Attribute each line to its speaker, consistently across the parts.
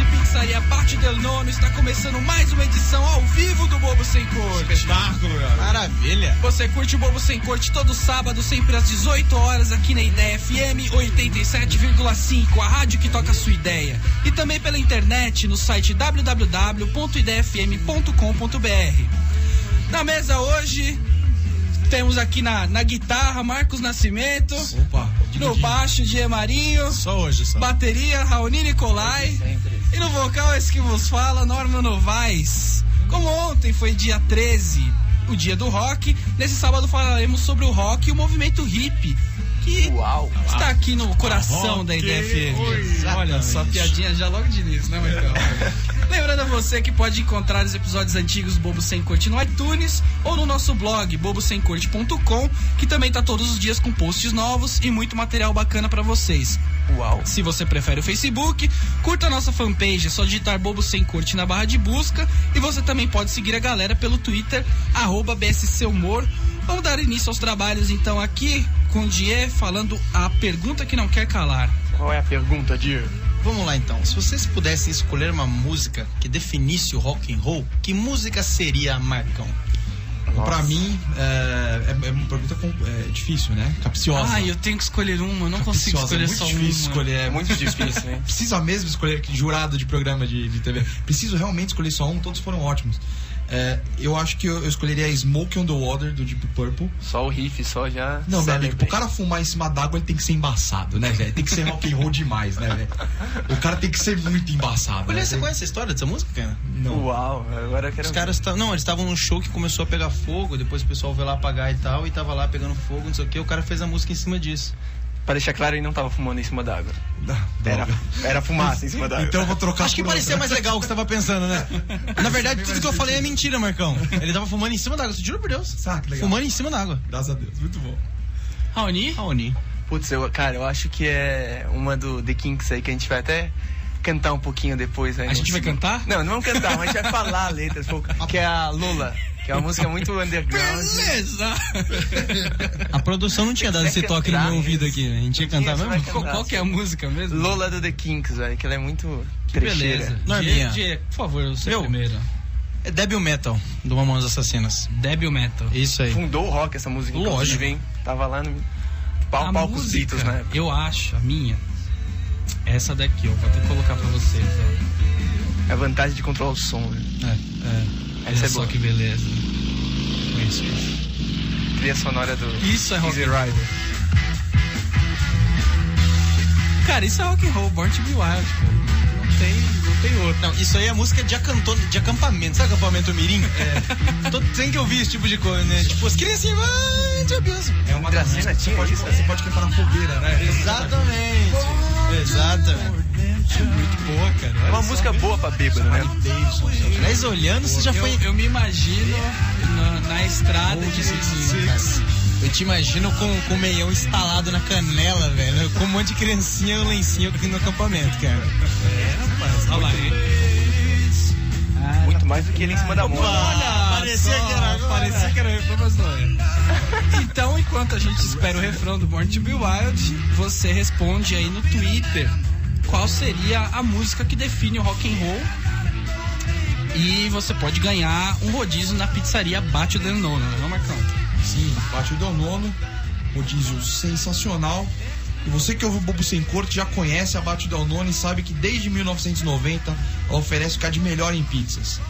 Speaker 1: e pizzaria Bate Del Nono está começando mais uma edição ao vivo do Bobo Sem Corte.
Speaker 2: Espetáculo, cara.
Speaker 3: Maravilha.
Speaker 1: Você curte o Bobo Sem Corte todo sábado, sempre às 18 horas, aqui na Ideia FM 87,5, a rádio que toca a sua ideia. E também pela internet no site www.idefm.com.br. Na mesa hoje, temos aqui na, na guitarra Marcos Nascimento.
Speaker 2: Opa, diga,
Speaker 1: No
Speaker 2: diga.
Speaker 1: baixo, Diego Marinho.
Speaker 2: Só hoje, só.
Speaker 1: Bateria, Raoni Nicolai. E no vocal, esse que vos fala, Norma Novaes. Como ontem foi dia 13, o dia do rock, nesse sábado falaremos sobre o rock e o movimento hip, que está aqui no coração
Speaker 2: Rock,
Speaker 1: da IDFM.
Speaker 2: Ah, oi,
Speaker 1: Olha só,
Speaker 2: exatamente.
Speaker 1: piadinha já logo de início, né, Marcão? Lembrando a você que pode encontrar os episódios antigos do Bobo Sem Corte no iTunes ou no nosso blog bobosemcorte.com, que também tá todos os dias com posts novos e muito material bacana pra vocês. Uau! Se você prefere o Facebook, curta a nossa fanpage, é só digitar Bobo Sem Corte na barra de busca e você também pode seguir a galera pelo Twitter, arroba BSC Humor. Vamos dar início aos trabalhos então aqui com o Dier falando a pergunta que não quer calar.
Speaker 4: Qual é a pergunta, Diego?
Speaker 3: Vamos lá então. Se vocês pudessem escolher uma música que definisse o rock and roll, que música seria, Marcão?
Speaker 2: Pra mim, é, é- é uma pergunta com- é, difícil, né? Capciosa.
Speaker 1: Ai, eu tenho que escolher uma, eu não consigo
Speaker 2: Capciosa,
Speaker 1: escolher
Speaker 2: é
Speaker 1: só
Speaker 2: muito difícil
Speaker 1: uma.
Speaker 2: escolher. É muito-
Speaker 4: Muito difícil, né?
Speaker 2: Precisa mesmo escolher que jurado de programa de, de TV. Preciso realmente escolher só um, todos foram ótimos. É, eu acho que eu, eu escolheria Smoke on the Water do Deep Purple.
Speaker 4: Só o riff, só já.
Speaker 2: Não, meu
Speaker 4: sabe
Speaker 2: amigo, pro cara fumar em cima d'água, ele tem que ser embaçado, né, velho? Tem que ser rock and roll demais, né, velho? O cara tem que ser muito embaçado.
Speaker 3: Olha,
Speaker 2: né?
Speaker 3: você
Speaker 2: Tem-
Speaker 3: conhece a história dessa música, cara?
Speaker 2: Não.
Speaker 4: Uau, agora eu quero.
Speaker 3: Os caras estavam. Não, eles estavam num show que começou a pegar fogo, depois o pessoal veio lá apagar e tal, e tava lá pegando fogo, não sei o que, o cara fez a música em cima disso.
Speaker 4: Pra deixar claro, ele não tava fumando em cima d'água.
Speaker 2: Não,
Speaker 4: Era,
Speaker 2: droga.
Speaker 4: era fumaça em cima d'água.
Speaker 2: Então eu vou trocar
Speaker 3: Acho que
Speaker 2: por
Speaker 3: parecia mais legal o que você tava pensando, né? Na verdade, tudo que eu falei é mentira, Marcão. Ele tava fumando em cima d'água, você juro por Deus.
Speaker 2: Saca, legal.
Speaker 3: Fumando em cima d'água.
Speaker 2: Graças a Deus, muito bom.
Speaker 1: Raoni?
Speaker 3: Raoni.
Speaker 4: Putz, eu, cara, eu acho que é uma do The Kinks aí que a gente vai até cantar um pouquinho depois. Aí
Speaker 1: A
Speaker 4: no
Speaker 1: gente vai
Speaker 4: segundo.
Speaker 1: cantar?
Speaker 4: Não, não vamos cantar, mas a gente vai falar a letra, um pouco, que é a Lola, que é uma música muito underground.
Speaker 1: Beleza!
Speaker 3: A produção não tinha dado esse toque no meu ouvido aqui, né? A gente ia cantar
Speaker 4: Você vai
Speaker 3: mesmo?
Speaker 1: Qual, qual que é a música mesmo?
Speaker 4: Lola do The Kinks, velho, que ela é muito trecheira.
Speaker 3: beleza.
Speaker 1: Dier,
Speaker 3: Norminha.
Speaker 1: Dier, por favor, você
Speaker 3: Eu?
Speaker 1: primeiro.
Speaker 3: É Debil Metal, do Mamonas Assassinas.
Speaker 1: Debil Metal.
Speaker 3: Isso aí.
Speaker 4: Fundou o rock essa música,
Speaker 3: Lógico.
Speaker 4: inclusive, hein? Tava lá no pau,
Speaker 1: A
Speaker 4: palco dos
Speaker 1: música,
Speaker 4: Beatles, né?
Speaker 1: Eu acho, a minha. Essa daqui, ó. Vou até colocar pra vocês, ó.
Speaker 4: É a vantagem de controlar o som, velho.
Speaker 3: É, é.
Speaker 4: Essa
Speaker 1: Olha
Speaker 4: é
Speaker 1: só
Speaker 4: boa.
Speaker 1: que beleza.
Speaker 3: Isso, isso.
Speaker 4: Trilha sonora do
Speaker 1: Isso é rock
Speaker 4: Easy Rider.
Speaker 1: Cara, isso é rock and roll, Born to be Wild, pô. Não tem, não tem outro.
Speaker 3: Não, isso aí é música de, acanto- de acampamento. Sabe acampamento mirim? É. Todo, tem que ouvir esse tipo de coisa, né? Tipo, as criancinhas... Ai, te abençoe.
Speaker 2: É uma das
Speaker 4: Dracena
Speaker 2: músicas que você
Speaker 4: tinha
Speaker 2: pode,
Speaker 4: isso?
Speaker 2: você pode cantar na fogueira, né?
Speaker 3: Exatamente. Exatamente.
Speaker 1: É Muito boa, cara.
Speaker 4: É uma música boa pra bêbado, né?
Speaker 3: Aliás, olhando, você já
Speaker 1: Eu,
Speaker 3: foi...
Speaker 1: eu me imagino na, na estrada de Six
Speaker 3: Eu te imagino com, com o meião instalado na canela, velho. Com um monte de criancinha e um lencinho aqui no acampamento, cara.
Speaker 1: Olha lá, hein?
Speaker 4: Muito mais do que ele em cima da mão.
Speaker 1: Olha
Speaker 3: parecia
Speaker 1: Ah, só,
Speaker 3: que era agora.
Speaker 1: Parecia que era refrão, mas não é. Então, enquanto a gente espera o refrão do Born to Be Wild, você responde aí no Twitter qual seria a música que define o rock and roll. E você pode ganhar um rodízio na pizzaria Bate o Denono, não é, Marcão?
Speaker 2: Sim, bate o Del Nono, rodízio sensacional. E você que ouve o Bobo Sem Corte já conhece a Bate o Del Nono e sabe que desde 1990 ela oferece o que há de melhor em pizzas.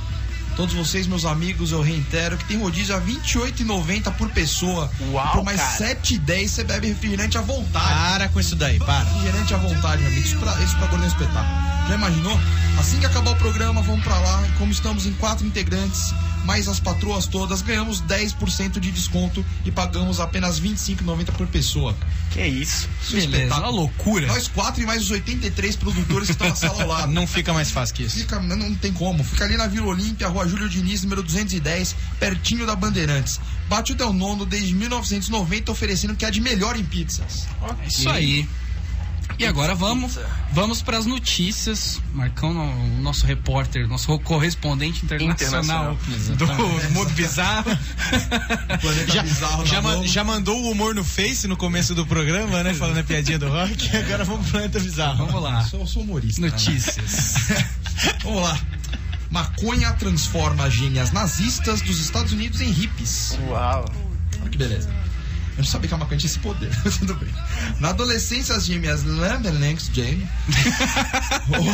Speaker 2: Todos vocês, meus amigos, eu reitero que tem rodízio a R$ 28,90 por pessoa.
Speaker 4: Uau,
Speaker 2: por mais
Speaker 4: cara.
Speaker 2: R$ 7,10 você bebe refrigerante à vontade.
Speaker 3: Para com isso daí, para.
Speaker 2: Gerente à vontade, meu amigo. Isso pra, isso pra gordo é um espetáculo. Já imaginou? Assim que acabar o programa, vamos pra lá. E como estamos em quatro integrantes, mais as patroas todas, ganhamos 10% de desconto e pagamos apenas R$ 25,90 por pessoa.
Speaker 4: Que é isso?
Speaker 2: Isso é um
Speaker 1: Beleza, uma
Speaker 2: espetáculo.
Speaker 1: loucura.
Speaker 2: Nós quatro e mais os 83 produtores que estão na sala ao lado.
Speaker 3: Não fica mais fácil que isso.
Speaker 2: Fica, não- não tem como. Fica ali na Vila Olímpia, Rua Júlio Diniz, número 210, pertinho da Bandeirantes. Bate o Del Nono desde 1990, oferecendo o que há de melhor em pizzas.
Speaker 1: É Isso aí. E agora vamos, vamos para as notícias. Marcão, o nosso repórter, nosso correspondente internacional, do mundo bizarro.
Speaker 2: Planeta
Speaker 3: Já,
Speaker 2: bizarro
Speaker 3: já
Speaker 2: na
Speaker 3: ma-
Speaker 2: mão.
Speaker 3: já mandou o humor no Face no começo do programa, né? Falando a piadinha do rock. Agora vamos pro planeta bizarro.
Speaker 1: Vamos lá.
Speaker 2: Sou, sou humorista. né?
Speaker 1: Notícias.
Speaker 2: Vamos lá. Maconha transforma gêmeas nazistas dos Estados Unidos em hippies.
Speaker 4: Uau.
Speaker 2: Olha que beleza. Eu não sabia que a maconha tinha esse poder, mas tudo bem. Na adolescência, as gêmeas Lambert Lanx Jane.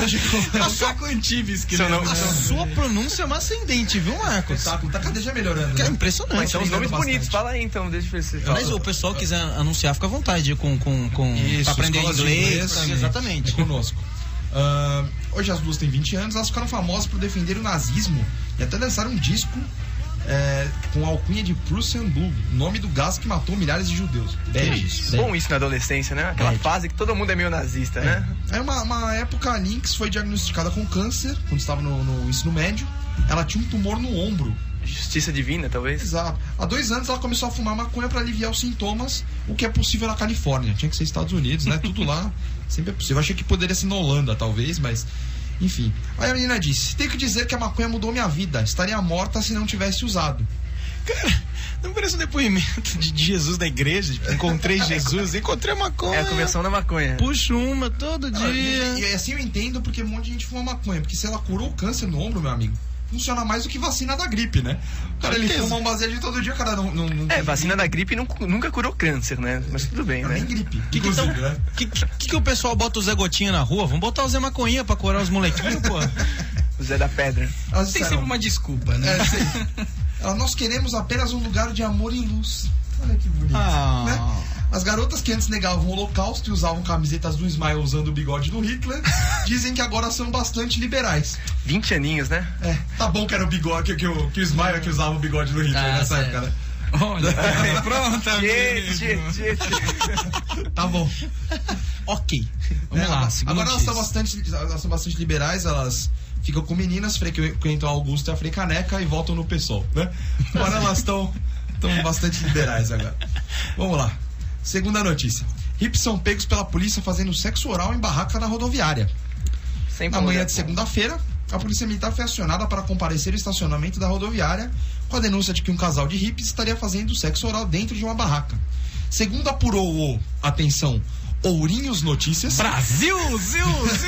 Speaker 2: Hoje
Speaker 1: A sua quantibis que
Speaker 4: Seu nome-
Speaker 3: A sua pronúncia é uma ascendente, viu, Marcos?
Speaker 2: Tá, tá, cada dia melhorando.
Speaker 3: Que é
Speaker 2: Né?
Speaker 3: impressionante.
Speaker 4: Mas são Então, os nomes
Speaker 2: bastante.
Speaker 4: bonitos. Fala aí então, deixa eu ver se você fala.
Speaker 3: Mas o pessoal quiser anunciar, fica à vontade com, com, com
Speaker 2: Isso,
Speaker 3: pra aprender
Speaker 2: escolas de
Speaker 3: inglês.
Speaker 2: inglês,
Speaker 3: pra-
Speaker 2: exatamente. É
Speaker 3: exatamente.
Speaker 2: conosco. Ah, hoje as duas têm 20 anos, elas ficaram famosas por defender o nazismo e até lançaram um disco é, com a alcunha de Prussian Blue, nome do gás que matou milhares de judeus. Belges.
Speaker 4: Bom isso na adolescência, né? Aquela fase que todo mundo é meio nazista, né?
Speaker 2: É uma, uma época a Lynx foi diagnosticada com câncer quando estava no, no ensino médio. Ela tinha um tumor no ombro.
Speaker 4: Justiça divina, talvez.
Speaker 2: Exato. Há dois anos ela começou a fumar maconha para aliviar os sintomas, o que é possível na Califórnia. Tinha que ser Estados Unidos, né? Tudo lá sempre é possível. Achei que poderia ser na Holanda, talvez, mas. Enfim. Aí a menina disse: Tenho que dizer que a maconha mudou minha vida. Estaria morta se não tivesse usado.
Speaker 3: Cara, não parece um depoimento de Jesus na igreja? Tipo, encontrei Jesus, encontrei uma
Speaker 4: É
Speaker 3: coisa.
Speaker 4: a conversão da maconha.
Speaker 3: Puxa uma todo
Speaker 2: E,
Speaker 3: dia.
Speaker 2: e assim eu entendo porque um monte de gente fuma maconha. Porque se ela curou o câncer no ombro, meu amigo, funciona mais do que vacina da gripe, né? O cara, ele
Speaker 3: Certeza.
Speaker 2: fuma um baseado todo dia, o cara não. não, não
Speaker 4: É,
Speaker 2: tem-
Speaker 4: vacina da gripe nun- nunca curou câncer, né? Mas tudo bem,
Speaker 2: não,
Speaker 4: né?
Speaker 2: Nem gripe.
Speaker 3: Que que,
Speaker 2: inclusive,
Speaker 3: tão-
Speaker 2: né?
Speaker 3: que, que, que que o pessoal bota o Zé Gotinha na rua? Vamos botar o Zé Maconha pra curar os molequinhos, pô.
Speaker 4: O Zé da Pedra.
Speaker 1: Tem
Speaker 2: Elas disseram,
Speaker 1: sempre uma desculpa, né?
Speaker 2: É, sei. Ela, Nós queremos apenas um lugar de amor e luz. Olha que bonito.
Speaker 3: Ah.
Speaker 2: né? As garotas que antes negavam o holocausto e usavam camisetas do Ismael usando o bigode do Hitler dizem que agora são bastante liberais.
Speaker 4: 20 aninhos, né?
Speaker 2: É, tá bom que era o bigode, que, que, o, que o Ismael é que usava o bigode do Hitler
Speaker 3: Ah,
Speaker 2: nessa
Speaker 3: certo.
Speaker 2: época, né?
Speaker 1: Olha,
Speaker 3: É.
Speaker 1: pronto,
Speaker 4: Tchê,
Speaker 1: amigo.
Speaker 4: tchê, tchê, tchê.
Speaker 2: Tá bom.
Speaker 3: ok. Vamos
Speaker 2: É,
Speaker 3: lá,
Speaker 2: agora-
Speaker 3: seguinte.
Speaker 2: Agora elas são, bastante, elas são bastante liberais, elas ficam com meninas, frequentam a Augusta e a Frecaneca e voltam no PSOL, né? Agora elas estão estão bastante liberais agora. Vamos lá. Segunda notícia. Hips são pegos pela polícia fazendo sexo oral em barraca na rodoviária.
Speaker 4: Sempre
Speaker 2: Na
Speaker 4: um
Speaker 3: né?
Speaker 2: manhã
Speaker 4: lugar
Speaker 2: de
Speaker 4: bom.
Speaker 2: segunda-feira, a polícia militar foi acionada para comparecer ao estacionamento da rodoviária com a denúncia de que um casal de hippies estaria fazendo sexo oral dentro de uma barraca. Segundo apurou o, atenção, Ourinhos Notícias...
Speaker 1: Brasil, Zil,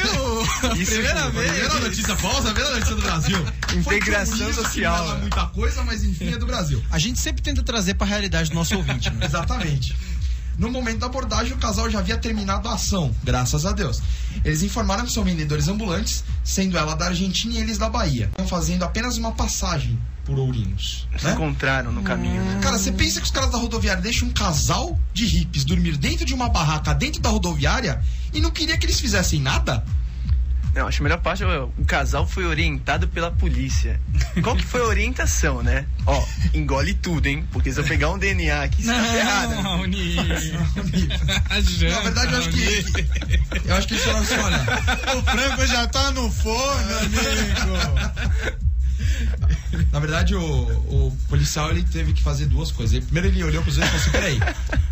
Speaker 1: Zil.
Speaker 4: Isso,
Speaker 1: Primeira
Speaker 4: isso.
Speaker 1: vez.
Speaker 2: Primeira notícia falsa, primeira notícia do Brasil.
Speaker 4: Integração
Speaker 2: Foi que o Ulisses
Speaker 4: social,
Speaker 2: fala
Speaker 4: né?
Speaker 2: muita coisa, mas enfim, é do Brasil.
Speaker 3: A gente sempre tenta trazer pra realidade do nosso ouvinte, né?
Speaker 2: Exatamente. No momento da abordagem, o casal já havia terminado a ação, graças a Deus. Eles informaram que são vendedores ambulantes, sendo ela da Argentina e eles da Bahia. Estão fazendo apenas uma passagem por Ourinhos.
Speaker 4: Se
Speaker 2: né?
Speaker 4: encontraram no caminho, né?
Speaker 2: Cara, você pensa que os caras da rodoviária deixam um casal de hippies dormir dentro de uma barraca dentro da rodoviária e não queria que eles fizessem nada?
Speaker 4: Não, acho que a melhor parte é o o casal foi orientado pela polícia. Qual que foi a orientação, né? Ó, engole tudo, hein? Porque se eu pegar um DNA aqui, você tá ferrado.
Speaker 1: Não, Raoni. Na
Speaker 2: Na verdade, eu acho que. Eu acho que eles falaram assim: olha,
Speaker 3: O Franco já tá no forno, amigo.
Speaker 2: É. Na verdade, o, o policial ele teve que fazer duas coisas. Ele- primeiro ele olhou pros dois e falou assim: peraí,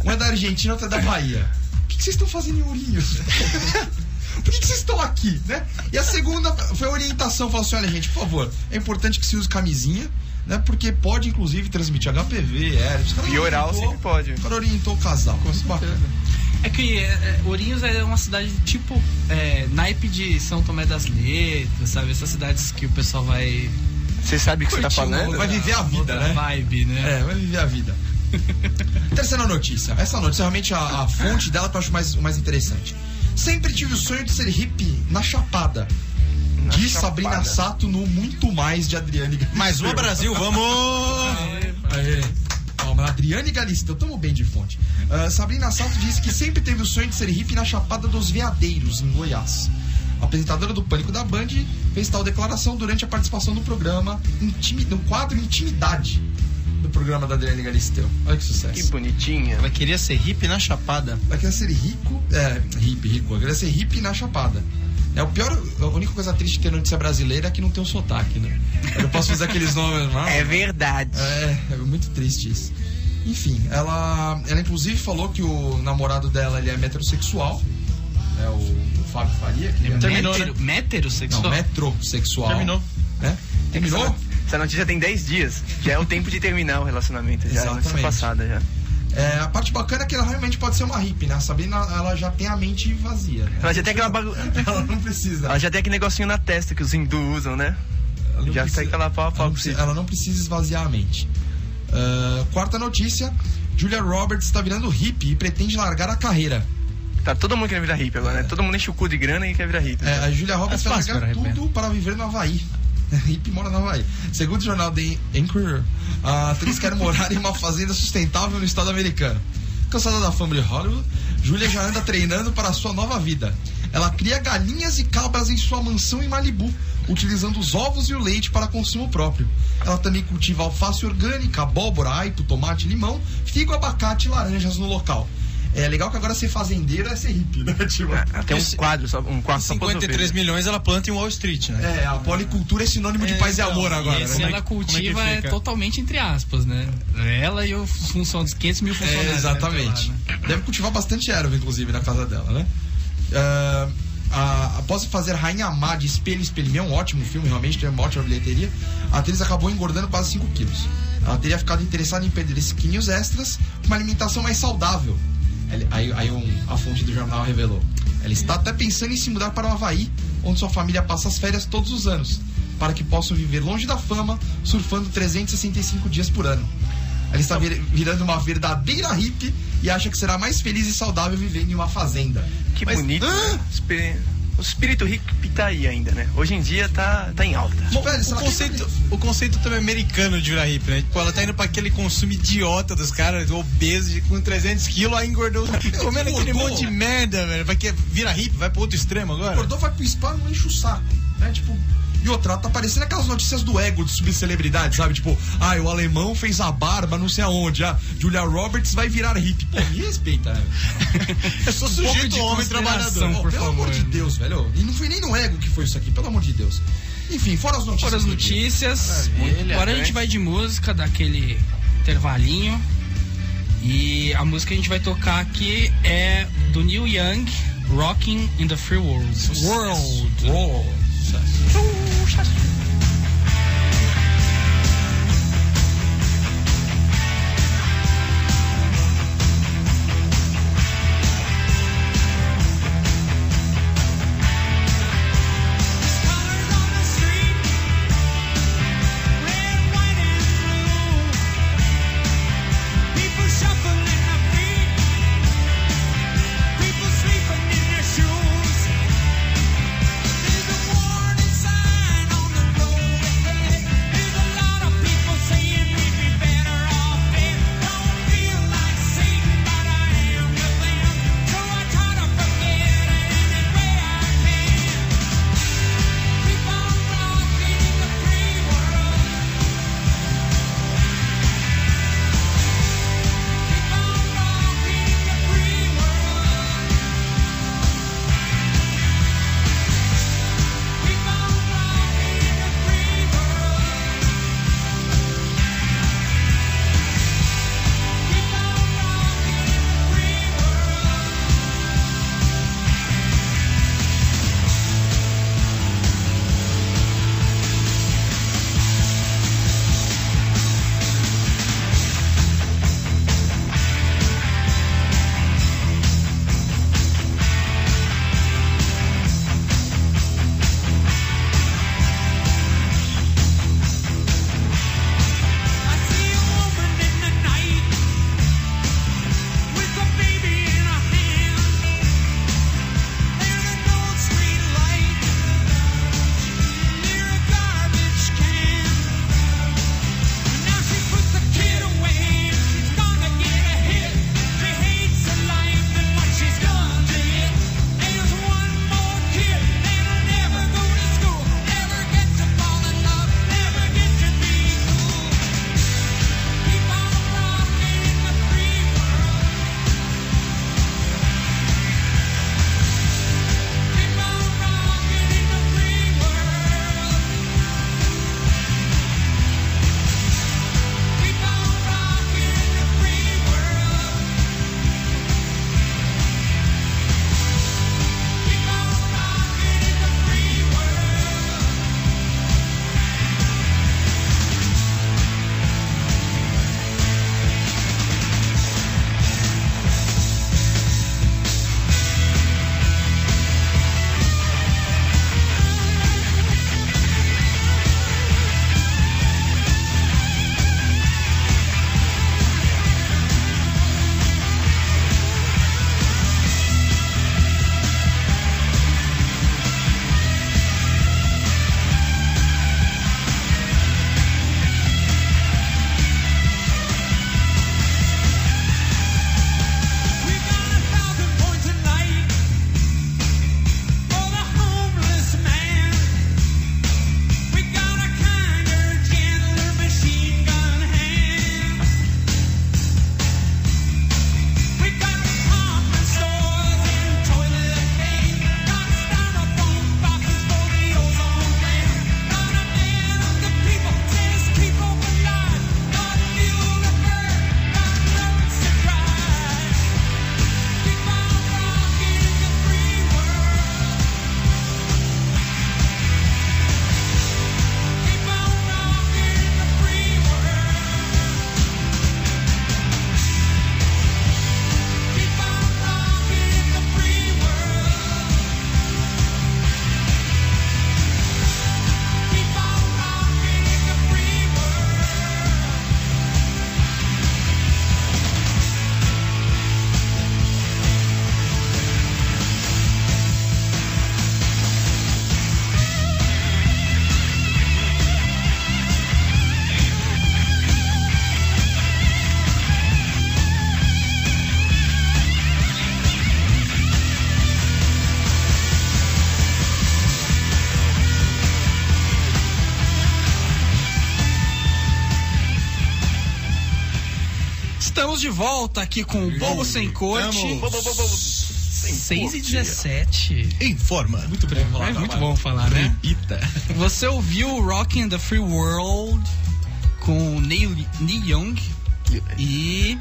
Speaker 2: um é da Argentina, outro é da Bahia. O que que vocês estão fazendo em Ourinhos? Por que que vocês estão aqui, né? E a segunda foi a orientação, falou assim, olha gente, por favor, é importante que se use camisinha, né? Porque pode, inclusive, transmitir HPV, herpes. O cara
Speaker 4: E oral
Speaker 2: orientou-
Speaker 4: sempre pode.
Speaker 2: O cara orientou o casal. Isso é bacana.
Speaker 1: É que é, é, Ourinhos é uma cidade tipo é, naipe de São Tomé das Letras, sabe? Essas cidades que o pessoal vai.
Speaker 4: Você sabe o que você tá
Speaker 1: curtir uma
Speaker 4: falando?
Speaker 2: Vai viver a vida,
Speaker 1: outra
Speaker 2: né?
Speaker 1: Vibe, né?
Speaker 2: É, vai viver a vida. Terceira notícia. Essa notícia é realmente a, a fonte dela que eu acho mais, mais interessante. Sempre tive o sonho de ser hippie na Chapada. Diz
Speaker 4: Chapada.
Speaker 2: Sabrina Sato no Muito Mais de Adriane Galisteu.
Speaker 3: Mais uma Brasil, vamos!
Speaker 2: Aê. Calma, É, Adriane Galisteu, tamo bem de fonte. Ah, Sabrina Sato disse que sempre teve o sonho de ser hippie na Chapada dos Veadeiros, em Goiás. A apresentadora do Pânico da Band fez tal declaração durante a participação do programa, intimi- no quadro Intimidade, do programa da Adriane Galisteu. Olha que sucesso.
Speaker 4: Que bonitinha.
Speaker 3: Ela queria ser hippie na Chapada.
Speaker 2: Ela queria ser rico. É, hippie, rico. Ela queria ser hippie na chapada. É o pior. A única coisa triste de ter notícia brasileira é que não tem um sotaque, né? Eu não posso fazer aqueles nomes, não.
Speaker 4: É verdade.
Speaker 2: É, é muito triste isso. Enfim, ela, ela inclusive falou que o namorado dela ele é metrosexual, né? O, o Fábio Faria, que ele é
Speaker 3: Terminou,
Speaker 1: Métero,
Speaker 2: não,
Speaker 1: meterossexual.
Speaker 2: metrosexual.
Speaker 3: Terminou.
Speaker 2: Né? Terminou?
Speaker 4: Essa notícia tem 10 dias. Já é o tempo de terminar o relacionamento. Já é a notícia
Speaker 2: Exatamente.
Speaker 4: passada já.
Speaker 2: É, a parte bacana é que ela realmente pode ser uma hippie, né? A Sabrina, ela já tem a mente vazia. né?
Speaker 4: Ela já tem aquela bagu...
Speaker 2: Ela não precisa.
Speaker 4: Ela já tem aquele negocinho na testa que os hindus usam, né?
Speaker 2: Ela não
Speaker 4: Já sai aquela pau a
Speaker 2: ela
Speaker 4: pau
Speaker 2: não
Speaker 4: com
Speaker 2: precisa-
Speaker 4: você.
Speaker 2: Ela não precisa esvaziar a mente. Ah, quarta notícia: Julia Roberts está virando hippie e pretende largar a carreira.
Speaker 4: Tá todo mundo querendo virar hippie agora, né? Todo mundo enche o cu de grana e quer virar hippie.
Speaker 2: É, a Julia Roberts
Speaker 3: É
Speaker 2: vai
Speaker 3: fácil
Speaker 2: largar
Speaker 3: para arrepender.
Speaker 2: tudo para viver no Havaí. hippie mora no Havaí. Segundo o jornal The Enquirer, a atriz quer morar em uma fazenda sustentável no estado americano. Cansada da fama de Hollywood, Julia já anda treinando para a sua nova vida. Ela cria galinhas e cabras em sua mansão em Malibu, utilizando os ovos e o leite para consumo próprio. Ela também cultiva alface orgânica, abóbora, aipo, tomate, limão, figo, abacate e laranjas no local. É legal que agora ser fazendeiro é ser hippie, né? Tipo,
Speaker 4: Tem um quadro, só, um quarto só pra você ver.
Speaker 3: 53 milhões ela planta em Wall Street, né?
Speaker 2: É, a policultura é sinônimo de paz e
Speaker 3: então,
Speaker 2: amor
Speaker 3: e
Speaker 2: agora,
Speaker 3: esse
Speaker 1: Esse
Speaker 2: né?
Speaker 3: como é
Speaker 1: ela
Speaker 3: que- como é que
Speaker 1: cultiva é
Speaker 3: fica?
Speaker 1: totalmente entre aspas, né? Ela e os funcionários, 500 mil
Speaker 2: É,
Speaker 1: funcionários.
Speaker 2: exatamente.
Speaker 1: né,
Speaker 2: Deve cultivar bastante erva, inclusive, na casa dela, né? Ah, a- após fazer Rainha Má de Espelho e Espelho, é um ótimo filme, realmente, tem uma ótima bilheteria, a atriz acabou engordando quase 5 quilos. Ela teria ficado interessada em perder esses quilinhos extras com uma alimentação mais saudável. Ela- Aí, aí um- a fonte do jornal revelou. Ela está até pensando em se mudar para o Havaí, onde sua família passa as férias todos os anos, para que possam viver longe da fama, surfando 365 dias por ano. Ela está vir- virando uma verdadeira hippie e acha que será mais feliz e saudável vivendo em uma fazenda.
Speaker 4: Que
Speaker 3: Mas-
Speaker 4: bonito.
Speaker 3: Hã?
Speaker 4: né? Espe- O espírito hippie tá aí ainda, né? Hoje em dia tá, tá em alta.
Speaker 2: Tipo, velho, sei
Speaker 3: o,
Speaker 2: lá,
Speaker 3: conceito, o conceito também é americano de virar hippie, né? Tipo, ela tá indo pra aquele consumo idiota dos caras, obeso, de- com 300 quilos, aí engordou,
Speaker 1: Tipo,
Speaker 3: comendo aquele
Speaker 2: engordou.
Speaker 3: monte de merda, velho. Vai que é vira hippie, vai pro outro extremo agora.
Speaker 2: Quem acordou vai pro spa e não enche o saco. Né? Tipo, e outra, tá parecendo aquelas notícias do ego de subcelebridade, sabe? Tipo, ah, o alemão fez a barba não sei aonde. Ah, Julia Roberts vai virar hippie. Pô, me respeita, né? Um
Speaker 3: Eu sou
Speaker 2: pouco
Speaker 3: sujeito
Speaker 2: de
Speaker 3: homem
Speaker 1: consideração,
Speaker 3: trabalhador.
Speaker 2: Pô,
Speaker 1: por
Speaker 2: pelo
Speaker 1: favor,
Speaker 2: amor de
Speaker 1: né?
Speaker 2: Deus, velho. E não foi nem no ego que foi isso aqui, pelo amor de Deus. Enfim, fora as notícias.
Speaker 1: Fora as
Speaker 2: do dia.
Speaker 1: notícias.
Speaker 4: Maravilha,
Speaker 1: Agora a
Speaker 4: né?
Speaker 1: gente vai de música, daquele intervalinho. E a música que a gente vai tocar aqui é do Neil Young, Rocking in the Free World. World.
Speaker 2: World.
Speaker 5: There's a warning sign on the road.
Speaker 1: Estamos de volta aqui com o Bobo Sem Corte.
Speaker 4: Bo- bo- bo- bo- sem
Speaker 1: 6 e
Speaker 4: corte.
Speaker 1: 17.
Speaker 3: Informa.
Speaker 2: Muito bem,
Speaker 1: É muito bom falar, né?
Speaker 2: Repita.
Speaker 1: Você ouviu o Rock in the Free World com o Neil, Neil Young e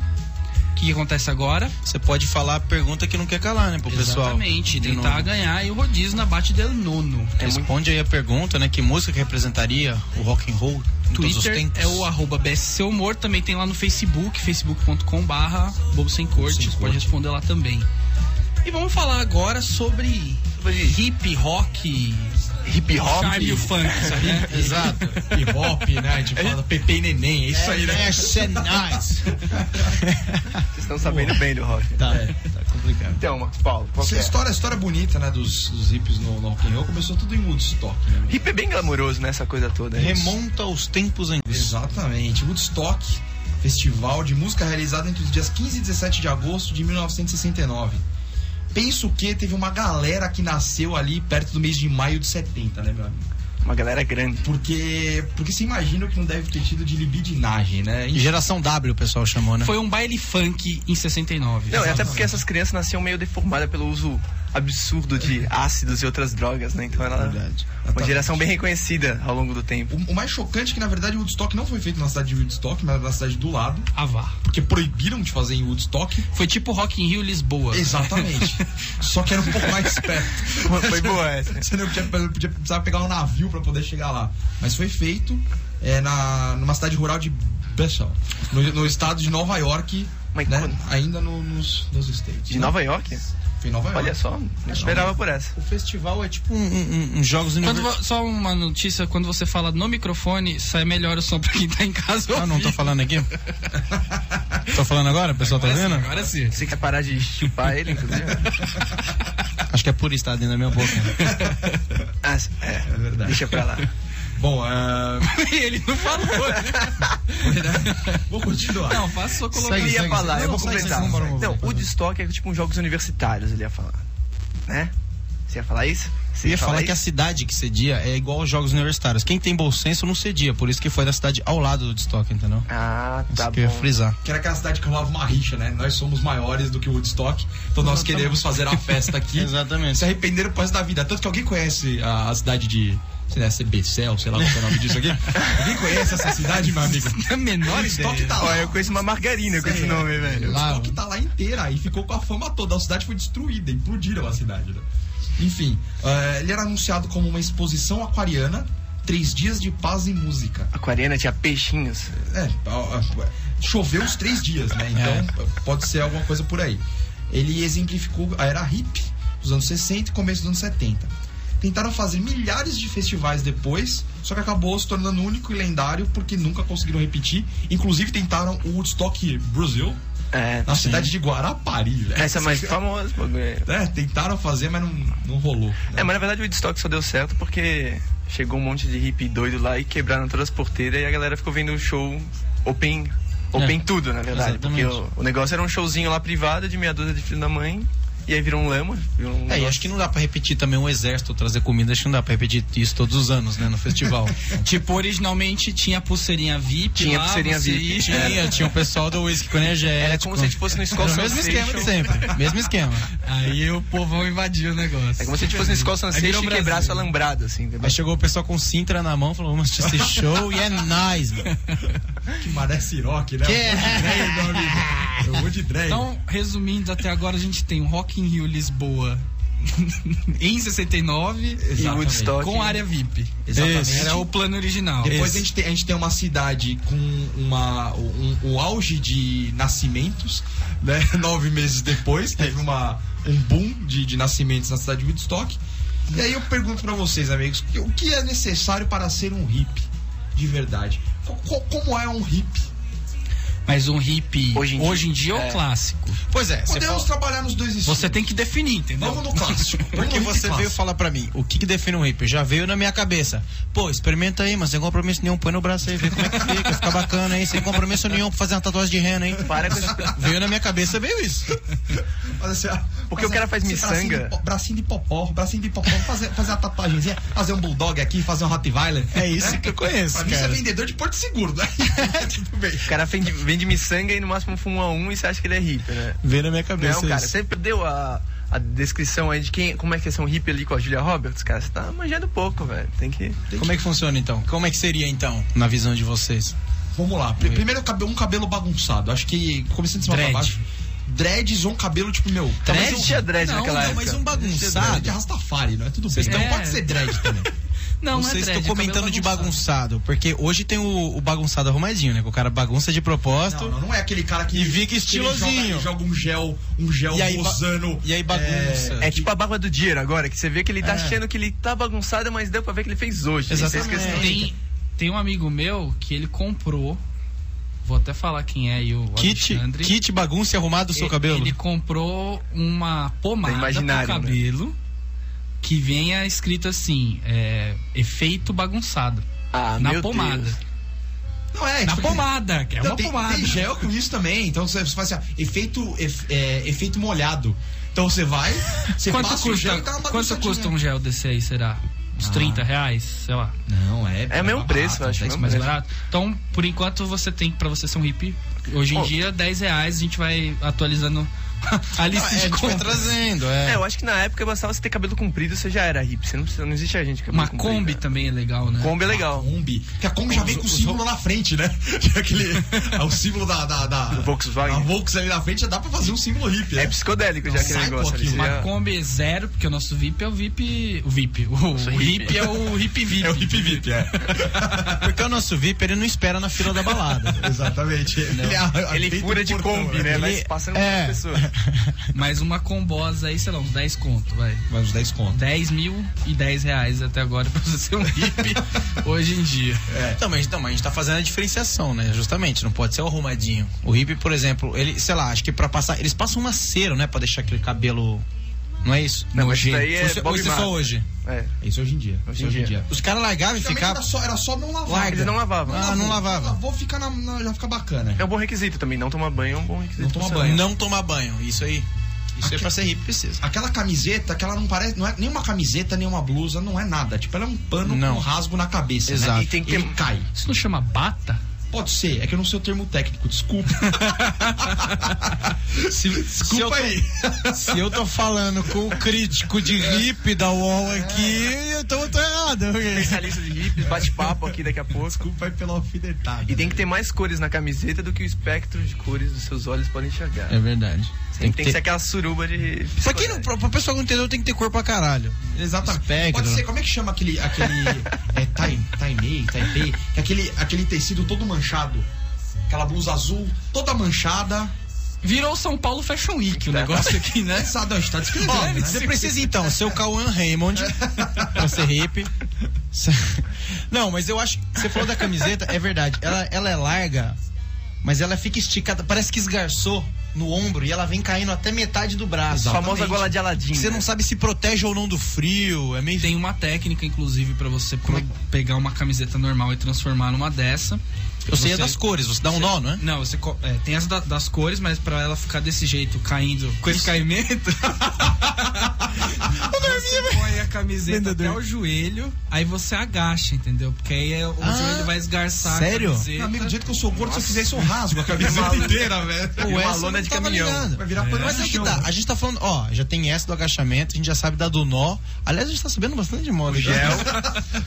Speaker 1: o que acontece agora?
Speaker 3: Você pode falar a pergunta que não quer calar, né, pro pessoal.
Speaker 1: Exatamente,
Speaker 3: De
Speaker 1: tentar
Speaker 3: novo.
Speaker 1: ganhar É e o rodízio na bate del nono.
Speaker 3: Responde aí a pergunta, né? Que música que representaria o rock and roll em todos os
Speaker 1: Twitter
Speaker 3: tempos?
Speaker 1: é o arroba BSC Humor, também tem lá no Facebook, facebook.com barra Bobo Sem Corte,
Speaker 3: Sem
Speaker 1: você pode
Speaker 3: Corte.
Speaker 1: responder lá também. E vamos falar agora sobre
Speaker 4: Sobre
Speaker 1: hip rock,
Speaker 4: Hip
Speaker 1: o charme e o
Speaker 4: hop.
Speaker 1: funk, sabe?
Speaker 3: Exato.
Speaker 2: Hip hop, né? Tipo, fala Pepe e Neném, é isso aí, né?
Speaker 3: Mercenários.
Speaker 4: Vocês estão sabendo bem do rock.
Speaker 3: Tá, tá complicado.
Speaker 4: Então, Marcos Paulo, qual que
Speaker 2: Essa
Speaker 4: é?
Speaker 2: história, a história bonita, né, dos, dos hippies no, no rock and roll começou tudo em Woodstock, né?
Speaker 4: Hip é bem glamouroso, né? Essa coisa toda. né?
Speaker 3: Remonta aos tempos antigos.
Speaker 2: Exatamente. Woodstock, festival de música realizado entre os dias 15 e 17 de agosto de 1969. Penso que teve uma galera que nasceu ali perto do mês de maio de 70, né, meu amigo?
Speaker 4: Uma galera grande.
Speaker 2: Porque, porque você imagina o que não deve ter tido de libidinagem, né? E
Speaker 3: Geração W, o pessoal chamou, né?
Speaker 1: Foi um baile funk em 69.
Speaker 4: Não, é até porque essas crianças nasciam meio deformadas pelo uso absurdo de ácidos e outras drogas, né? Então era
Speaker 2: Verdade.
Speaker 4: uma geração bem reconhecida ao longo do tempo.
Speaker 2: o, o mais chocante é que, na verdade, Woodstock não foi feito na cidade de Woodstock, mas na cidade do lado,
Speaker 1: Avar.
Speaker 2: porque proibiram de fazer em Woodstock.
Speaker 1: Foi tipo Rock in Rio Lisboa. né?
Speaker 2: Exatamente. Só que era um pouco mais perto.
Speaker 4: Foi boa essa.
Speaker 2: Você não podia, podia- precisava pegar um navio pra poder chegar lá. Mas foi feito é, na, numa cidade rural de Bethel, no, no estado de Nova York,
Speaker 4: Mas
Speaker 2: né?
Speaker 4: quando?
Speaker 2: ainda no- nos, nos States. né?
Speaker 4: De Nova York?
Speaker 2: Foi em Nova York.
Speaker 4: Olha só, não esperava por essa.
Speaker 3: O festival é tipo um, um- um- um jogos
Speaker 1: Quando
Speaker 3: universitários.
Speaker 1: vo- só uma notícia, quando você fala no microfone, sai melhor o som pra quem tá em casa.
Speaker 3: Ah, não tô falando aqui? tô falando agora? O pessoal tá
Speaker 1: Agora sim,
Speaker 3: vendo?
Speaker 1: Agora sim.
Speaker 4: Você quer parar de chupar ele, inclusive?
Speaker 3: Acho que é por estar dentro da minha boca. né?
Speaker 4: Ah, é,
Speaker 2: É verdade.
Speaker 4: deixa pra lá.
Speaker 2: Bom, é,
Speaker 1: Ele não falou, né?
Speaker 2: vou continuar.
Speaker 1: Não, passou colocando.
Speaker 4: Ele ia
Speaker 3: segue,
Speaker 4: falar,
Speaker 3: segue.
Speaker 4: eu
Speaker 3: Não,
Speaker 4: vou
Speaker 3: segue,
Speaker 4: completar.
Speaker 3: segue, vamos,
Speaker 4: Não,
Speaker 3: vamos,
Speaker 4: o
Speaker 3: vamos.
Speaker 4: destoque é tipo uns jogos universitários, ele ia falar. Né? Você ia falar isso? Você
Speaker 3: Eu ia falar que a
Speaker 4: isso?
Speaker 3: cidade que cedia é igual aos jogos universitários. Quem tem bom senso não cedia, por isso que foi da cidade ao lado do Woodstock, entendeu?
Speaker 4: Ah,
Speaker 3: Isso
Speaker 4: tá
Speaker 3: que eu ia
Speaker 4: bom.
Speaker 3: frisar.
Speaker 2: Que era aquela cidade que rolava uma rixa, né? Nós somos maiores do que Woodstock, então nós queremos fazer a festa aqui.
Speaker 3: Exatamente.
Speaker 2: Se arrependeram por resto da vida. Tanto que alguém conhece a, a cidade de. Sei lá, CBCel, sei lá qual que é o nome disso aqui. alguém conhece essa cidade, meu amigo?
Speaker 1: a É menor
Speaker 2: Woodstock
Speaker 1: ideia.
Speaker 2: tá
Speaker 4: Ó,
Speaker 2: lá.
Speaker 4: eu conheço uma margarina com
Speaker 2: Sei,
Speaker 4: esse
Speaker 2: é.
Speaker 4: nome, velho.
Speaker 3: Lá,
Speaker 2: Só que tá lá inteira aí ficou com a fama toda. A cidade foi destruída, implodiram a cidade, né? Enfim, eh, ele era anunciado como uma exposição aquariana, três dias de paz e música.
Speaker 4: Aquariana tinha peixinhos.
Speaker 2: É, ó, ó, choveu os três dias, né? Então pode ser alguma coisa por aí. Ele exemplificou a era hippie dos anos 60 e começo dos anos 70. Tentaram fazer milhares de festivais depois, só que acabou se tornando único e lendário porque nunca conseguiram repetir. Inclusive tentaram o Woodstock Brasil
Speaker 4: É.
Speaker 2: na cidade de Guarapari, velho.
Speaker 4: Essa é mais famosa, bagulho. É,
Speaker 2: É, tentaram fazer, mas não, não rolou. né?
Speaker 4: mas na verdade o Woodstock só deu certo porque chegou um monte de hippie doido lá e quebraram todas as porteiras e a galera ficou vendo o show open, open
Speaker 3: É.
Speaker 4: tudo, na verdade. Porque o,
Speaker 3: Exatamente.
Speaker 4: o negócio era um showzinho lá privado de meia dúzia de filho da mãe e aí virou um lama. Virou um
Speaker 3: É, e acho que não dá pra repetir também um exército trazer comida, acho que não dá pra repetir isso todos os anos, né, no festival.
Speaker 1: Tipo, originalmente tinha a pulseirinha VIP.
Speaker 4: Tinha
Speaker 1: lá,
Speaker 4: a pulseirinha
Speaker 1: você
Speaker 4: VIP.
Speaker 1: ia-
Speaker 3: tinha, tinha o pessoal do Whisky com energético.
Speaker 4: Era É como se a gente fosse no Skull
Speaker 3: Era é, tipo, o mesmo esquema de
Speaker 4: Sensation.
Speaker 3: É, tipo, sempre, mesmo esquema.
Speaker 1: Aí o povão invadiu o negócio.
Speaker 4: É como se a gente fosse no Skull Sensation e quebrasse o alambrado, assim.
Speaker 3: Aí chegou o pessoal com Sintra na mão, falou, vamos assistir esse show e é nice, mano.
Speaker 2: Que maré Siroque, né?
Speaker 3: Que-
Speaker 2: Eu vou de drag, meu amigo. Eu vou de drag.
Speaker 1: Então, resumindo, até agora a gente tem o Rock in Rio Lisboa em 69
Speaker 4: E
Speaker 2: Exatamente.
Speaker 4: Woodstock.
Speaker 1: com área VIP.
Speaker 2: Exatamente.
Speaker 1: Era o plano original.
Speaker 2: Depois
Speaker 3: Esse.
Speaker 2: a gente, tem, a gente tem uma cidade com uma, um, um auge de nascimentos, né? Nove meses depois, teve uma, um boom de, de nascimentos na cidade de Woodstock. E aí eu pergunto pra vocês, amigos, que- o que é necessário para ser um hippie de verdade? Co- co- como é um hippie?
Speaker 1: Mas um hippie hoje em dia, é o
Speaker 4: é.
Speaker 1: clássico.
Speaker 3: Pois é, você,
Speaker 2: Podemos
Speaker 3: fala-
Speaker 2: trabalhar nos dois estilos.
Speaker 1: Você tem que definir, entendeu?
Speaker 2: Vamos no clássico. Vamos
Speaker 3: porque
Speaker 2: no hippie
Speaker 3: você veio
Speaker 2: clássico.
Speaker 3: falar pra mim, o que, que define um hippie? Já veio na minha cabeça. Pô, experimenta aí, mas sem compromisso nenhum, põe no braço aí, vê como é que fica, fica bacana aí, sem compromisso nenhum, pra fazer uma tatuagem de rena, hein?
Speaker 4: Para com esse...
Speaker 3: Veio na minha cabeça, veio isso.
Speaker 2: Fazer assim, ah,
Speaker 4: Porque o cara faz
Speaker 2: esse
Speaker 4: miçanga.
Speaker 2: Bracinho de, po- bracinho de popó, bracinho de popó, fazer, fazer uma tatuagenzinha, fazer um bulldog aqui, fazer um Rottweiler.
Speaker 3: É isso que eu conheço,
Speaker 2: Pra mim, você é
Speaker 3: cara.
Speaker 2: vendedor de Porto Seguro, né? Tudo bem.
Speaker 4: O cara vende, vende vende miçanga e no máximo fuma um e você acha que ele é hippie, né?
Speaker 3: Vem na minha cabeça
Speaker 4: Não, cara,
Speaker 3: isso.
Speaker 4: você perdeu a, a descrição aí de quem, como é que é ser um hippie ali com a Julia Roberts, cara. Você tá manjando pouco, velho. Tem que.
Speaker 3: Como é que funciona então? Como é que seria então, na visão de vocês?
Speaker 2: Vamos lá. Pr- Primeiro, cabelo- um cabelo bagunçado. Acho que, começando de cima
Speaker 3: Dread.
Speaker 2: pra baixo, dreads ou um cabelo tipo meu.
Speaker 4: Talvez não tinha dread é
Speaker 3: não,
Speaker 4: naquela
Speaker 3: não,
Speaker 4: época.
Speaker 3: mas um
Speaker 2: Dread de
Speaker 3: bagunçado.
Speaker 2: Rastafari, não é tudo bem.
Speaker 3: Vocês
Speaker 2: Então
Speaker 1: estão-
Speaker 2: pode ser dread também.
Speaker 1: Não, não é
Speaker 3: Vocês
Speaker 1: dread,
Speaker 3: estão
Speaker 1: é cabelo
Speaker 3: comentando de bagunçado, porque hoje tem o, o bagunçado arrumadinho, né? Que o cara bagunça de propósito.
Speaker 2: Não, não, não é aquele cara que.
Speaker 3: E fica
Speaker 2: que ele Joga,
Speaker 3: estilosinho.
Speaker 2: ele joga um gel, um gel
Speaker 3: E aí ba-
Speaker 2: rosano.
Speaker 3: E aí bagunça.
Speaker 4: É tipo a barba do dinheiro agora, que você vê que ele tá achando que ele tá bagunçado, mas deu pra ver que ele fez hoje. né? Você
Speaker 3: Exatamente.
Speaker 4: esquece-
Speaker 1: Tem, tem um amigo meu que ele comprou. Vou até falar quem é aí o
Speaker 3: kit,
Speaker 1: Alexandre.
Speaker 3: kit bagunça e arrumado do seu
Speaker 1: E-
Speaker 3: cabelo.
Speaker 1: Ele comprou uma pomada
Speaker 4: Tem
Speaker 1: pro
Speaker 4: imaginário, né?
Speaker 1: cabelo que venha escrito assim, é, efeito bagunçado.
Speaker 4: Ah,
Speaker 1: na
Speaker 4: meu
Speaker 1: pomada.
Speaker 4: Deus.
Speaker 2: Não é,
Speaker 1: Na
Speaker 2: tipo,
Speaker 1: pomada, que é
Speaker 2: Não,
Speaker 1: uma
Speaker 2: tem,
Speaker 1: pomada.
Speaker 2: tem gel com isso também. Então você, você faz assim, ó, efeito, ef- é, efeito molhado. Então você vai, você
Speaker 1: Quanto
Speaker 2: passa o gel
Speaker 1: custa,
Speaker 2: e dá uma
Speaker 1: quanto
Speaker 2: bagunçadinha.
Speaker 1: custa um gel desse aí, será? Uns
Speaker 2: Ah.
Speaker 1: 30 reais, sei lá.
Speaker 2: Não, é.
Speaker 4: É o mesmo
Speaker 2: barato,
Speaker 4: preço, eu acho.
Speaker 1: Dez
Speaker 4: mesmo
Speaker 2: É.
Speaker 1: mais
Speaker 4: preço.
Speaker 1: barato. Então, por enquanto, você tem, pra você ser um hippie, hoje em
Speaker 4: Ô.
Speaker 1: dia, 10 reais, a gente vai atualizando a
Speaker 3: Ah,
Speaker 1: lista
Speaker 3: é, a
Speaker 1: de
Speaker 3: gente vai
Speaker 1: compras.
Speaker 3: trazendo,
Speaker 4: É,
Speaker 3: é.
Speaker 4: eu acho que na época bastava você ter cabelo comprido, você já era hippie. Você não, precisa, não existe a gente com cabelo
Speaker 1: Uma
Speaker 4: comprido,
Speaker 1: Kombi
Speaker 4: né?
Speaker 1: também é legal, né?
Speaker 4: Kombi é legal.
Speaker 2: Kombi. Porque a Kombi já vem com o símbolo na frente, né? Que é aquele. É o símbolo da. da, da
Speaker 4: Do Volkswagen.
Speaker 2: A Volks ali na frente já dá pra fazer um símbolo hippie.
Speaker 4: É
Speaker 2: né?
Speaker 4: psicodélico já
Speaker 2: Não,
Speaker 4: aquele
Speaker 2: sai
Speaker 4: negócio ali.
Speaker 2: pouquinho,
Speaker 4: você
Speaker 1: Uma
Speaker 4: já-
Speaker 1: Kombi é zero, porque o nosso VIP é o VIP. O VIP. O, o
Speaker 4: hippie.
Speaker 1: hippie é o hippie VIP.
Speaker 2: É o hippie VIP, é.
Speaker 3: Porque o nosso VIP, ele não espera na fila da balada.
Speaker 2: Exatamente. Ele, é a-
Speaker 4: Ele
Speaker 2: feito
Speaker 4: fura de
Speaker 2: portão,
Speaker 4: Kombi, né?
Speaker 3: Ele-
Speaker 4: Vai passando
Speaker 3: é.
Speaker 4: é. pessoas.
Speaker 1: Mas uma combosa aí, sei lá, uns 10 conto, vai.
Speaker 2: Vai uns 10 conto.
Speaker 1: 10 mil e 10 reais até agora pra você ser um hippie hoje em dia.
Speaker 3: Então, mas, então, mas a gente tá fazendo a diferenciação, né? Justamente, não pode ser o arrumadinho. O hippie, por exemplo, ele, sei lá, acho que pra passar. Eles passam uma cera, né? Pra deixar aquele cabelo. Não é isso?
Speaker 4: Não, mas isso
Speaker 3: Nojento.
Speaker 4: daí é
Speaker 3: Ou se- ou
Speaker 4: Bob
Speaker 3: isso é só
Speaker 4: Marley.
Speaker 3: hoje.
Speaker 4: É.
Speaker 2: É isso hoje em dia.
Speaker 4: Hoje em dia.
Speaker 3: Os caras largavam e
Speaker 2: Antigamente
Speaker 3: ficavam.
Speaker 2: Era só, era só não lavar.
Speaker 3: Larga.
Speaker 4: Eles não lavavam.
Speaker 3: Ah, não lavava.
Speaker 2: Vou ficar na, na- já fica bacana.
Speaker 4: É um bom requisito também. Não tomar banho é um bom requisito.
Speaker 2: Não toma
Speaker 4: pra
Speaker 2: banho.
Speaker 3: Não tomar banho. Isso aí. Isso aí é pra ser hippie precisa.
Speaker 2: Aquela camiseta que ela não parece, não é nem uma camiseta, nem uma blusa, não é nada. Tipo, ela é um pano
Speaker 3: Não.
Speaker 2: com um rasgo na cabeça. né?
Speaker 3: Exato.
Speaker 2: E tem que ter... Ele cai.
Speaker 1: Isso não chama bata?
Speaker 2: Pode ser, é que eu não sei o termo técnico, desculpa.
Speaker 3: Se eu tô-
Speaker 2: desculpa aí.
Speaker 3: Se eu tô falando com o crítico de hippie da UOL aqui, eu tô, tô errado. porque-
Speaker 4: Especialista de hippies, bate-papo aqui daqui a pouco.
Speaker 2: Desculpa aí pela alfinetada.
Speaker 4: E tem que ter mais cores na camiseta do que o espectro de cores dos seus olhos podem enxergar.
Speaker 3: É verdade.
Speaker 4: Tem, que ser aquela suruba de.
Speaker 3: Pra, quem não, pra, pra pessoa que não entendeu, tem que ter cor pra caralho.
Speaker 2: Exatamente.
Speaker 3: Espectro.
Speaker 2: Pode ser, como é que chama aquele. aquele é, tai- Taimei, Taipei? Que é Aquele, aquele tecido todo manchado. Aquela blusa azul toda manchada.
Speaker 1: Virou São Paulo Fashion Week o
Speaker 2: É.
Speaker 1: negócio aqui, né?
Speaker 2: Sabe, não, a gente tá descrevendo.
Speaker 3: Ó,
Speaker 2: né?
Speaker 3: você precisa então ser o Cauan Raymond pra ser hippie. Cê- Não, mas eu acho. Você falou da camiseta, é verdade. Ela, ela é larga, mas ela fica esticada. Parece que esgarçou no ombro e ela vem caindo até metade do braço.
Speaker 4: A famosa
Speaker 3: Exatamente.
Speaker 4: gola de Aladim.
Speaker 3: Você não
Speaker 4: né?
Speaker 3: sabe se protege ou não do frio. É meio.
Speaker 1: Tem uma técnica, inclusive, pra você
Speaker 2: é
Speaker 1: pro- pegar uma camiseta normal e transformar numa dessa.
Speaker 3: Eu sei é
Speaker 1: Você-
Speaker 3: das cores, você dá um nó, não é?
Speaker 1: Não, você co- é, tem as da- das cores, mas pra ela ficar desse jeito, caindo com esse caimento. você põe a camiseta
Speaker 3: Vendedor.
Speaker 1: até o joelho, aí você agacha, entendeu? Porque aí é- o
Speaker 3: Ah,
Speaker 1: joelho vai esgarçar.
Speaker 3: sério?
Speaker 1: A camiseta.
Speaker 2: Meu amigo, do jeito que eu sou gordo, se eu fizer isso, eu rasgo a
Speaker 4: Uma
Speaker 2: camiseta
Speaker 4: lona-
Speaker 2: inteira, velho.
Speaker 4: Uma
Speaker 3: essa eu
Speaker 4: lona
Speaker 3: não
Speaker 4: de
Speaker 3: tava
Speaker 4: caminhão.
Speaker 3: ligado.
Speaker 2: Vai virar pano
Speaker 3: Mas
Speaker 2: de
Speaker 3: é o que
Speaker 2: chão,
Speaker 3: dá.
Speaker 2: né?
Speaker 3: A gente tá falando, ó, já tem essa do agachamento, a gente já sabe da do nó. Aliás, a gente tá sabendo bastante de moda. já.
Speaker 4: Gel.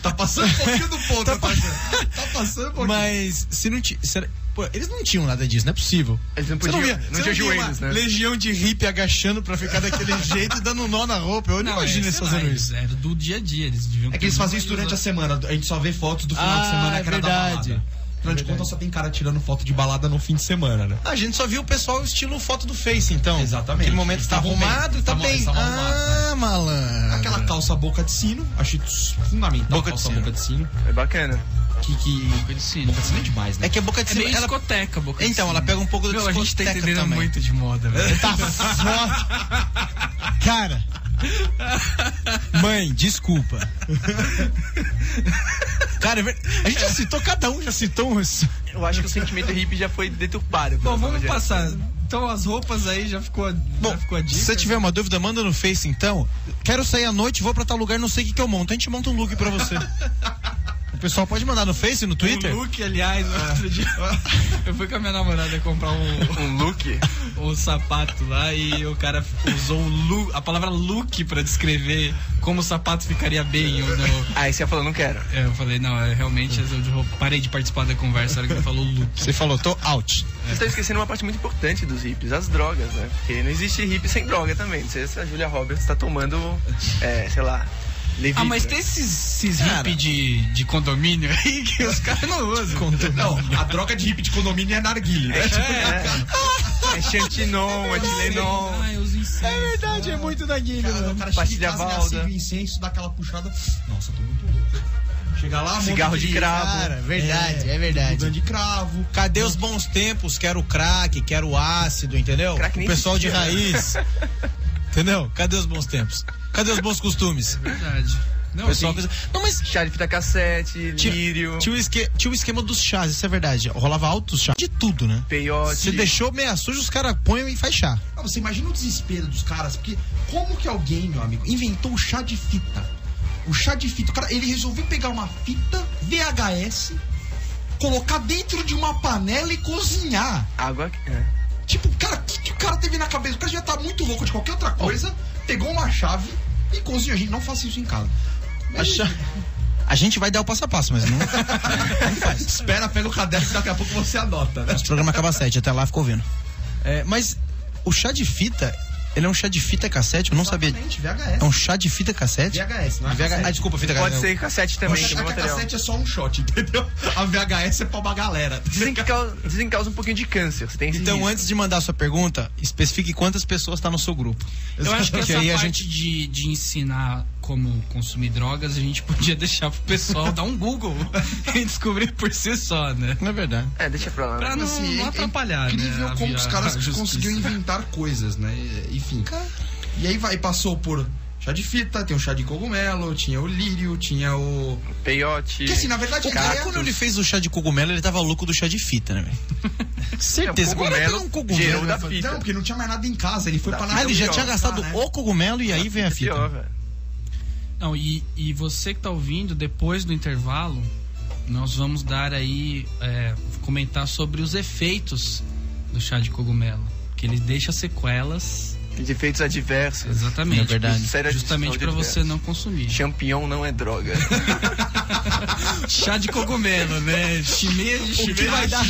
Speaker 2: Tá passando um pouquinho do ponto, tá, passando. Tá passando um pouquinho.
Speaker 3: Mas se não ti- será- pô, eles não tinham nada disso, não é possível.
Speaker 4: Eles não
Speaker 3: Você
Speaker 4: podiam. Não,
Speaker 3: via- você
Speaker 4: tinha
Speaker 3: via uma
Speaker 4: joelhos, né?
Speaker 3: Legião de hippie agagachando pra ficar daquele jeito e dando um nó na roupa. Eu não, imagino
Speaker 1: é,
Speaker 3: eles
Speaker 1: sei lá,
Speaker 3: fazendo isso.
Speaker 1: Era do dia a dia, eles deviam
Speaker 2: É que eles faziam isso durante a semana. A gente só vê fotos do final
Speaker 3: Ah,
Speaker 2: de semana
Speaker 3: é
Speaker 2: que era
Speaker 3: verdade. É
Speaker 2: da balada. Afinal de contas, só tem cara tirando foto de balada no fim de semana, né?
Speaker 3: A gente só viu o pessoal estilo foto do Face, então.
Speaker 2: Exatamente.
Speaker 3: Aquele momento está
Speaker 2: Estavam bem.
Speaker 3: arrumado, tá
Speaker 2: Estavam-
Speaker 3: bem.
Speaker 2: estavam arrumados,
Speaker 3: Ah, malandro.
Speaker 2: Aquela calça boca de sino, acho fundamental.
Speaker 3: Boca de
Speaker 2: calça
Speaker 3: sino.
Speaker 2: boca de sino.
Speaker 4: É bacana.
Speaker 2: Que, que...
Speaker 1: Boca de sino.
Speaker 2: Boca de sino é demais, né?
Speaker 3: É que a boca de
Speaker 1: assim, É
Speaker 3: cima,
Speaker 1: meio
Speaker 3: ela...
Speaker 1: discoteca, boca de
Speaker 3: Então,
Speaker 1: sino.
Speaker 3: ela pega um pouco da
Speaker 1: Meu, a gente tá
Speaker 3: discoteca
Speaker 1: entendendo
Speaker 3: também.
Speaker 1: muito de moda, velho.
Speaker 3: Tá foda. Cara. Mãe, desculpa. Cara, é ver- a gente já citou cada um, já citou uns.
Speaker 4: Eu acho que o sentimento hippie já foi deturpado.
Speaker 1: Bom, vamos passar. Então as roupas aí já ficou,
Speaker 3: Bom, é
Speaker 1: já ficou a dica.
Speaker 3: se você tiver uma dúvida, manda no Face então. Quero sair à noite, vou pra tal lugar, não sei o que, que eu monto. A gente monta um look pra você. O pessoal pode mandar no Face, no Twitter. Ah.
Speaker 1: O look, aliás, outro dia. Eu fui com a minha namorada comprar um,
Speaker 4: Um look?
Speaker 1: um sapato lá e o cara usou o lu- a palavra look pra descrever como o sapato ficaria bem. ou não.
Speaker 4: Aí você falou, não quero.
Speaker 1: É, Eu falei, não, é, realmente eu parei de participar da conversa na hora que ele falou look.
Speaker 3: Você falou, tô out.
Speaker 4: Vocês estão esquecendo uma parte muito importante dos hippies, as drogas, né? Porque não existe hippie sem droga também. Não sei se a Julia Roberts tá tomando, é, sei lá, né? Levitra.
Speaker 1: Ah, mas tem esses, esses
Speaker 3: Cara.
Speaker 1: hippie de, de condomínio aí que os caras não usam.
Speaker 2: Não, a droga de hippie de condomínio é narguile. né?
Speaker 4: É, é Xantinon, é Tilenon.
Speaker 1: Ah, eu uso incenso.
Speaker 3: verdade, é muito da Guilherme.
Speaker 2: Cara, o cara
Speaker 4: Pastilha
Speaker 2: chega em casa, ele
Speaker 4: Valda.
Speaker 2: acende o incenso, dá aquela puxada. Nossa, tô muito louco. Chega lá,
Speaker 4: Cigarro
Speaker 2: monte
Speaker 4: de cravo. né?
Speaker 3: Cara, verdade, é, verdade.
Speaker 2: Mudando de cravo.
Speaker 3: Cadê os bons tempos? Quero o crack, quero o ácido, entendeu?
Speaker 4: Crack
Speaker 3: o
Speaker 4: nem
Speaker 3: pessoal de
Speaker 4: existia,
Speaker 3: raiz. entendeu? Cadê os bons tempos? Cadê os bons costumes?
Speaker 1: É Verdade. Não,
Speaker 3: O pessoal
Speaker 1: tem-
Speaker 3: fez- Não, mas
Speaker 4: Chá de fita cassete,
Speaker 3: Ti-
Speaker 4: lírio,
Speaker 3: tinha o, esque- tinha o esquema dos chás, isso é verdade. Rolava altos chás de tudo, né? Você
Speaker 4: peiote.
Speaker 3: deixou meia suja, os caras põem e faz chá.
Speaker 2: Ah, você imagina o desespero dos caras, porque como que alguém, meu amigo, inventou o chá de fita? O chá de fita, o cara, ele resolveu pegar uma fita VHS, colocar dentro de uma panela e cozinhar.
Speaker 4: Água. é.
Speaker 2: Tipo, cara, o que, que o cara teve na cabeça? O cara já tá muito louco de qualquer outra coisa, pegou uma chave e cozinhou. A gente não faça isso em casa.
Speaker 3: A, chá- a gente vai dar o passo a passo, mas não.
Speaker 2: Espera, pega o caderno que daqui a pouco você anota, né?
Speaker 3: Nosso programa acaba às sete, até lá ficou ouvindo. É, mas o chá de fita, ele é um chá de fita cassete? Eu não sabia.
Speaker 2: Exatamente,
Speaker 3: É
Speaker 2: VHS.
Speaker 3: um chá de fita cassete?
Speaker 2: VHS, não é
Speaker 3: VH Ah,
Speaker 2: cassete.
Speaker 3: desculpa, fita
Speaker 4: Pode
Speaker 3: cassete.
Speaker 4: ser cassete também, que é
Speaker 2: A
Speaker 4: bom material.
Speaker 2: cassete é só um shot, entendeu? A VHS é pra uma galera.
Speaker 4: Dizem que, causa, dizem que causa um pouquinho de câncer. Você tem esse
Speaker 3: Então,
Speaker 4: risco.
Speaker 3: antes de mandar a sua pergunta, especifique quantas pessoas tá no seu grupo.
Speaker 1: Eu acho que essa
Speaker 3: aí
Speaker 1: parte
Speaker 3: a gente.
Speaker 1: de, de ensinar como consumir drogas, a gente podia deixar pro pessoal dar um Google e descobrir por si só, né?
Speaker 3: Não é verdade.
Speaker 4: É, deixa pra lá.
Speaker 1: Pra não,
Speaker 2: Assim,
Speaker 1: não
Speaker 2: é- é
Speaker 1: atrapalhar, né?
Speaker 2: incrível
Speaker 1: a
Speaker 2: como
Speaker 1: via-
Speaker 2: os
Speaker 1: a
Speaker 2: caras
Speaker 1: justiça.
Speaker 2: conseguiram inventar coisas, né? E- Enfim. E aí vai, passou por chá de fita, tem o chá de cogumelo, tinha o lírio, tinha o.
Speaker 4: Peiote.
Speaker 2: Que assim, na verdade,
Speaker 3: O
Speaker 2: a
Speaker 3: cara,
Speaker 2: ideia-
Speaker 3: quando ele fez o chá de cogumelo, ele tava louco do chá de fita, né, velho? Certeza.
Speaker 4: É,
Speaker 3: Como é que
Speaker 4: cogumelo
Speaker 3: um
Speaker 4: gerou
Speaker 3: cogumelo?
Speaker 4: da
Speaker 3: velho?
Speaker 4: fita.
Speaker 2: Não, porque não tinha mais nada em casa, ele foi
Speaker 1: Tá,
Speaker 2: pra
Speaker 3: Ah,
Speaker 2: lá.
Speaker 3: ele já
Speaker 4: pior,
Speaker 3: tinha gastado
Speaker 2: né?
Speaker 3: o cogumelo e aí vem a fita.
Speaker 4: É Pior, velho.
Speaker 1: Não, e, e você que tá ouvindo, depois do intervalo, nós vamos dar aí, é, comentar sobre os efeitos do chá de cogumelo. Que ele deixa sequelas.
Speaker 4: De efeitos adversos.
Speaker 1: Exatamente.
Speaker 3: É verdade.
Speaker 4: Sério,
Speaker 1: Justamente
Speaker 4: saúde
Speaker 1: pra você
Speaker 4: adversa.
Speaker 1: não consumir.
Speaker 4: Champignon não é droga.
Speaker 1: Chá de cogumelo, né? Chimia de chimia.
Speaker 3: que vai dar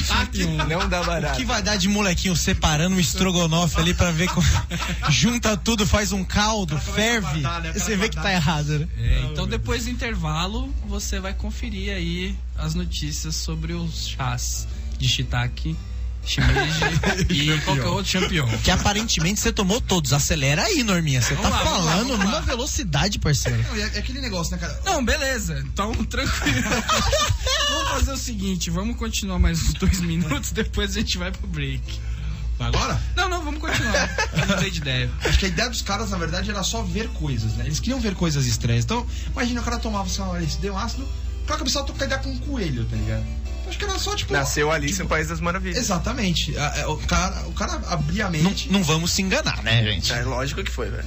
Speaker 3: um-
Speaker 4: não dá
Speaker 3: O
Speaker 4: barato.
Speaker 3: que vai dar de molequinho separando um estrogonofe ali pra ver como. Junta tudo, faz um caldo, ferve.
Speaker 2: guardar, né? Pra
Speaker 3: Você vê que tá
Speaker 2: guardar.
Speaker 3: errado, né?
Speaker 1: É, então depois do intervalo, você vai conferir aí as notícias sobre os chás de shiitake, shimeji e qualquer outro champion.
Speaker 3: Que aparentemente você tomou todos. Acelera aí, Norminha. Você tá
Speaker 1: Vamos lá, vamos lá,
Speaker 3: falando
Speaker 1: vamos lá.
Speaker 3: numa velocidade, parceiro.
Speaker 2: Não, e é, é aquele negócio, né, cara?
Speaker 1: Não, beleza. Então, tranquilo. vamos fazer o seguinte, vamos continuar mais uns dois minutos, depois a gente vai pro break.
Speaker 2: Agora?
Speaker 1: Não, não, vamos continuar. Eu mudei de ideia.
Speaker 2: Acho que a ideia dos caras, na verdade, era só ver coisas, né? Eles queriam ver coisas estranhas. Então, imagina, o cara tomava, sei lá, ele se deu ácido, o cara começava a trocar ideia com um coelho, tá ligado? Então, acho que era só, tipo.
Speaker 4: Nasceu Alice
Speaker 2: tipo,
Speaker 4: no País das Maravilhas.
Speaker 2: Exatamente. A- é, o, cara, o cara abria a
Speaker 3: Não,
Speaker 2: mente.
Speaker 3: não vamos se enganar, né, gente?
Speaker 4: É lógico que foi, velho.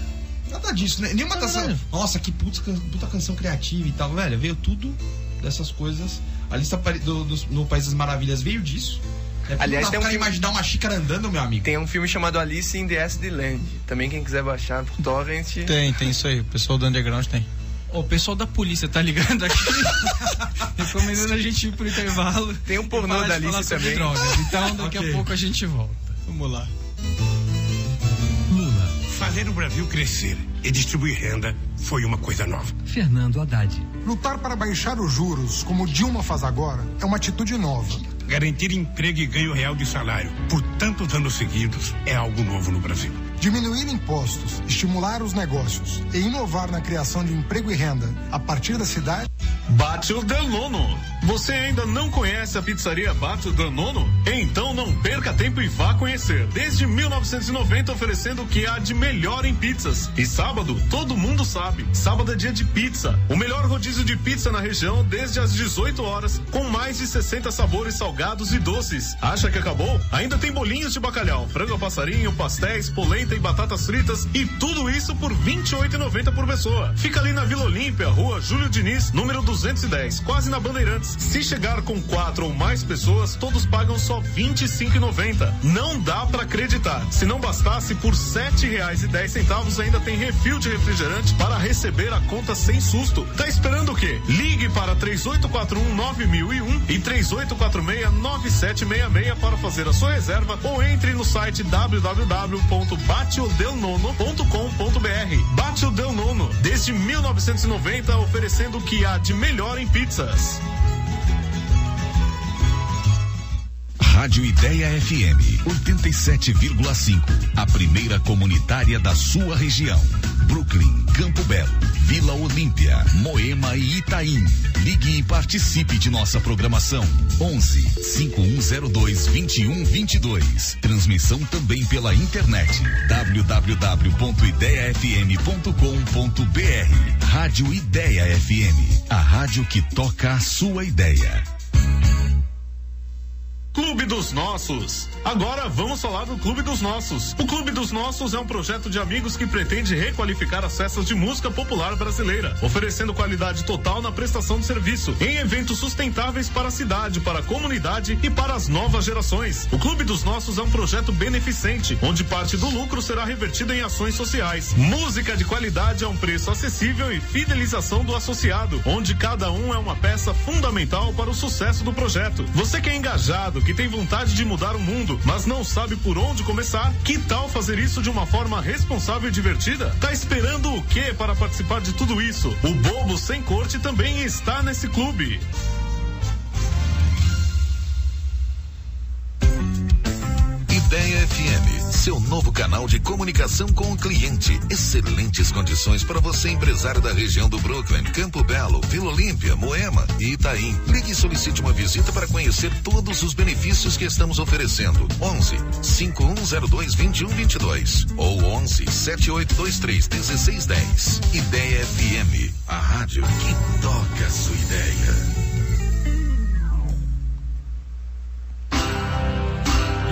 Speaker 2: Nada disso, né? Nenhuma
Speaker 3: É
Speaker 2: das.
Speaker 3: verdade.
Speaker 2: Nossa, que putz, can- puta canção criativa e tal, velho. Veio tudo dessas coisas. A lista pare- do, do- no País das Maravilhas veio disso. É,
Speaker 4: Aliás,
Speaker 2: não dá pra
Speaker 4: tem
Speaker 2: cara
Speaker 4: um-
Speaker 2: imaginar uma xícara andando, meu amigo.
Speaker 4: Tem um filme chamado Alice in the Acid Land. Também quem quiser baixar por torrent.
Speaker 3: Tem, tem isso aí. O pessoal do underground tem.
Speaker 1: Ô, o pessoal da polícia tá ligando aqui, recomendando a gente ir pro intervalo.
Speaker 4: Tem um
Speaker 1: e
Speaker 4: pornô
Speaker 1: parar
Speaker 4: da
Speaker 1: de
Speaker 4: Alice
Speaker 1: falar sobre
Speaker 4: também.
Speaker 1: drogas. Então, daqui
Speaker 2: Ok.
Speaker 1: a pouco a gente volta.
Speaker 3: Vamos lá.
Speaker 5: Lula,
Speaker 6: Fazer o Brasil crescer e distribuir renda foi uma coisa nova.
Speaker 1: Fernando Haddad.
Speaker 7: Lutar para baixar os juros, como Dilma faz agora, é uma atitude nova.
Speaker 6: Garantir emprego e ganho real de salário por tantos anos seguidos é algo novo no Brasil.
Speaker 7: Diminuir impostos, estimular os negócios e inovar na criação de emprego e renda a partir da cidade.
Speaker 8: Bate o Danono.
Speaker 5: Você ainda não conhece a pizzaria Bato Danono? Então não perca tempo e vá conhecer. Desde 1990 oferecendo o que há de melhor em pizzas. E sábado, todo mundo sabe, sábado é dia de pizza. O melhor rodízio de pizza na região desde as 18 horas, com mais de 60 sabores salgados e doces. Acha que acabou? Ainda tem bolinhos de bacalhau, frango a passarinho, pastéis, polenta e batatas fritas e tudo isso por R$ 28,90 por pessoa. Fica ali na Vila Olímpia, Rua Júlio Diniz, número 210, quase na Bandeirantes. Se chegar com quatro ou mais pessoas, todos pagam só R$ 25,90. Não dá pra acreditar. Se não bastasse, por R$ 7,10 ainda tem refil de refrigerante para receber a conta sem susto. Tá esperando o quê? Ligue para 3841-9001 e 3846-9766 para fazer a sua reserva ou entre no site www.bateodelnono.com.br. Bate o Del Nono, desde 1990, oferecendo o que há de melhor em pizzas.
Speaker 8: Rádio Ideia FM 87,5. A primeira comunitária da sua região. Brooklyn, Campo Belo, Vila Olímpia, Moema e Itaim. Ligue e participe de nossa programação. 11 5102 2122. Transmissão também pela internet. www.ideiafm.com.br. Rádio Ideia FM. A rádio que toca a sua ideia.
Speaker 5: Clube dos Nossos. Agora vamos falar do Clube dos Nossos. O Clube dos Nossos é um projeto de amigos que pretende requalificar as festas de música popular brasileira, oferecendo qualidade total na prestação de serviço, em eventos sustentáveis para a cidade, para a comunidade e para as novas gerações. O Clube dos Nossos é um projeto beneficente, onde parte do lucro será revertida em ações sociais. Música de qualidade a um preço acessível e fidelização do associado, onde cada um é uma peça fundamental para o sucesso do projeto. Você que é engajado, que tem vontade de mudar o mundo, mas não sabe por onde começar? Que tal fazer isso de uma forma responsável e divertida? Tá esperando o quê para participar de tudo isso? O Bobo Sem Corte também está nesse clube.
Speaker 8: Ideia FM, seu novo canal de comunicação com o cliente. Excelentes condições para você, empresário da região do Brooklyn, Campo Belo, Vila Olímpia, Moema e Itaim. Ligue e solicite uma visita para conhecer todos os benefícios que estamos oferecendo. 11 5102 2122 ou 11 7823 1610. Ideia FM, a rádio que toca a sua ideia.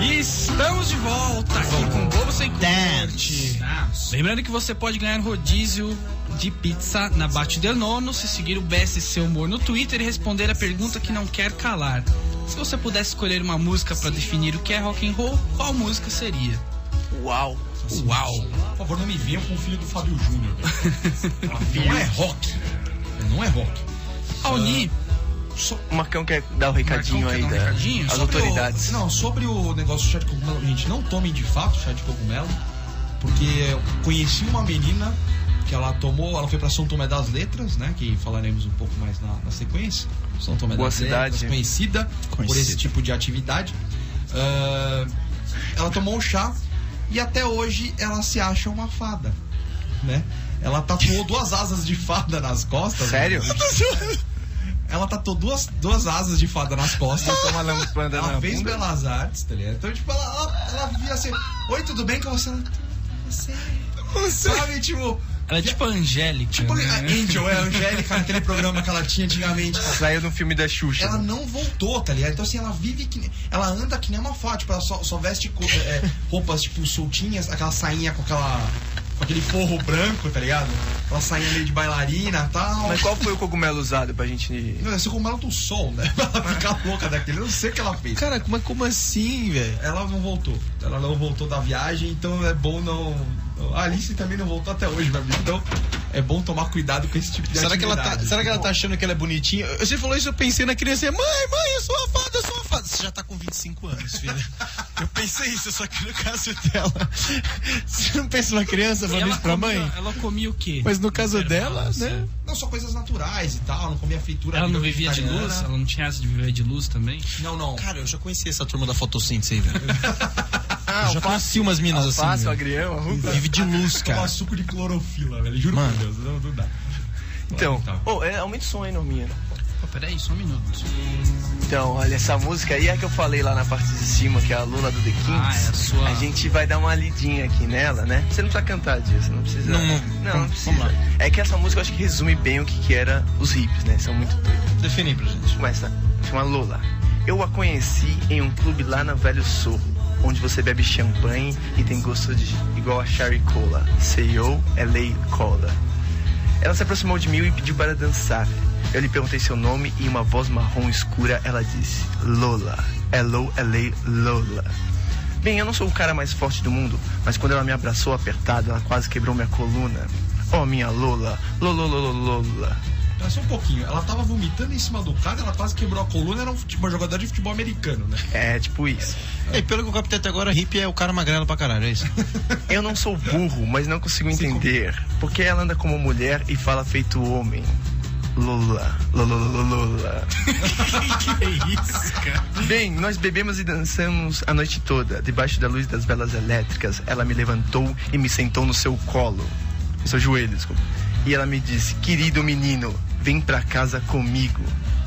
Speaker 1: E estamos de volta aqui com o Bobo Sem Corte.
Speaker 3: Dance.
Speaker 1: Lembrando que você pode ganhar um rodízio de pizza na Bate Del Nono se seguir o BSC Humor no Twitter e responder a pergunta que não quer calar. Se você pudesse escolher uma música para definir o que é rock and roll, qual música seria?
Speaker 4: Uau!
Speaker 1: Uau!
Speaker 2: Por favor, não me venham com o filho do Fábio Júnior. não é rock. Não é rock.
Speaker 1: Aoni,
Speaker 4: O Marcão quer dar o recadinho
Speaker 1: Marcão quer
Speaker 4: aí
Speaker 1: dar um
Speaker 4: da,
Speaker 1: recadinho?
Speaker 4: as
Speaker 1: Sobre
Speaker 2: Sobre o-
Speaker 4: autoridades.
Speaker 2: não, sobre o negócio do chá de cogumelo, gente, não tomem de fato chá de cogumelo, porque eu conheci uma menina que ela tomou, ela foi pra São Tomé das Letras, né? Que falaremos um pouco mais na, na sequência. São Tomé
Speaker 4: Boa
Speaker 2: das
Speaker 4: cidade.
Speaker 2: Letras, conhecida, por
Speaker 3: Conhecida.
Speaker 2: esse tipo de atividade. Ah, ela tomou um chá e até hoje ela se acha uma fada, né? Ela tatuou duas asas de fada nas costas.
Speaker 4: Sério?
Speaker 2: Ela tatuou duas, duas asas de fada nas costas.
Speaker 4: Toma lambada
Speaker 2: Ela
Speaker 4: na
Speaker 2: fez
Speaker 4: Ah! bunda.
Speaker 2: belas artes, tá ligado? Então, tipo, ela, ela, ela via assim: Oi, tudo bem com você? Ela, Você. Sabe, tipo.
Speaker 1: ela é tipo angélica.
Speaker 2: Tipo,
Speaker 4: Uhum.
Speaker 1: né?
Speaker 2: a Angel, é a Angélica, aquele programa que ela tinha antigamente.
Speaker 4: Saiu no filme da Xuxa.
Speaker 2: Ela não voltou, tá ligado? Então, assim, ela vive que. nem- Ela anda que nem uma foto. Tipo, ela só, só veste co- é, roupas, tipo, soltinhas, aquela sainha com aquela. com aquele forro branco, tá ligado? Aquela sainha meio de bailarina e tal.
Speaker 4: Mas qual foi o cogumelo usado pra gente.
Speaker 2: Não, assim como ela do sol, né? Pra ela ficar louca daquele. Eu não sei o que ela fez.
Speaker 3: Cara, mas como assim, velho?
Speaker 2: ela não voltou. Ela não voltou da viagem, então é bom não. A Alice também não voltou até hoje, meu amigo. Então é bom tomar cuidado com esse tipo de
Speaker 3: Será que, ela tá,
Speaker 2: atividade.
Speaker 3: será que ela tá achando que ela é bonitinha? Eu- Você falou isso, eu pensei na criança. e, Mãe, mãe, eu sou uma fada, eu sou uma fada. Você já tá com 25 anos, filha. Eu pensei isso, só que no caso dela. Você não pensa na criança
Speaker 1: E
Speaker 3: falando
Speaker 1: ela
Speaker 3: isso pra
Speaker 1: comia-
Speaker 3: mãe?
Speaker 1: Ela comia o quê?
Speaker 3: Mas no caso dela,
Speaker 1: Nossa.
Speaker 3: né?
Speaker 2: Não, só coisas naturais e tal, não comia fritura.
Speaker 1: Ela não
Speaker 2: vegan,
Speaker 1: vivia de
Speaker 2: vegetariana.
Speaker 1: luz? Ela não tinha essa de viver de luz também?
Speaker 2: Não, não.
Speaker 3: Cara, eu já conheci essa turma da fotossíntese aí, velho. eu já conheci umas minas assim.
Speaker 4: Passo,
Speaker 3: velho.
Speaker 4: agrião, arruca.
Speaker 3: Vive de luz,
Speaker 2: Tomar
Speaker 3: cara.
Speaker 2: suco de clorofila, velho. Juro
Speaker 3: Mano.
Speaker 2: por Deus, não, não dá.
Speaker 4: Então,
Speaker 2: Então.
Speaker 4: oh, é, aumenta o som aí, Norminha.
Speaker 1: Pô, peraí, só um minuto.
Speaker 4: Então, olha, essa música aí é a que eu falei lá na parte de cima, que é a Luna do The Kings.
Speaker 1: Ah, é a sua-
Speaker 4: A gente vai dar uma lidinha aqui nela, né? Você não precisa cantar disso, não precisa.
Speaker 3: Não, não.
Speaker 4: não,
Speaker 3: Vamos-
Speaker 4: precisa.
Speaker 3: vamos lá.
Speaker 4: É que essa música eu acho que resume bem o que, que era os hips, né? São muito doidos.
Speaker 3: Definir pra gente.
Speaker 4: Começa, chama Lola. Eu a conheci em um clube lá na Velho Sorro, onde você bebe champanhe e tem gosto de igual a Sherry Cola. CEO é Lei Cola. Ela se aproximou de mim e pediu para dançar. Eu lhe perguntei seu nome e em uma voz marrom escura ela disse: Lola. Hello, LA Lola. Bem, eu não sou o cara mais forte do mundo, mas quando ela me abraçou apertado, ela quase quebrou minha coluna. Oh, minha Lola. Lola, Lola, Lola.
Speaker 2: Era só um pouquinho. Ela tava vomitando em cima do cara, ela quase quebrou a coluna. Era um fute- uma jogadora de futebol americano, né?
Speaker 4: É tipo isso.
Speaker 3: E pelo que eu captei até agora, hippie é o cara magrelo pra caralho, é isso?
Speaker 4: Eu não sou burro, mas não consigo entender. Porque ela anda como mulher e fala feito homem. Lola, lola, lola, lola.
Speaker 5: Que isso, cara?
Speaker 4: Bem, nós bebemos e dançamos a noite toda, debaixo da luz das velas elétricas. Ela me levantou e me sentou no seu colo, no seu joelho, desculpa. E ela me disse: Querido menino, vem pra casa comigo.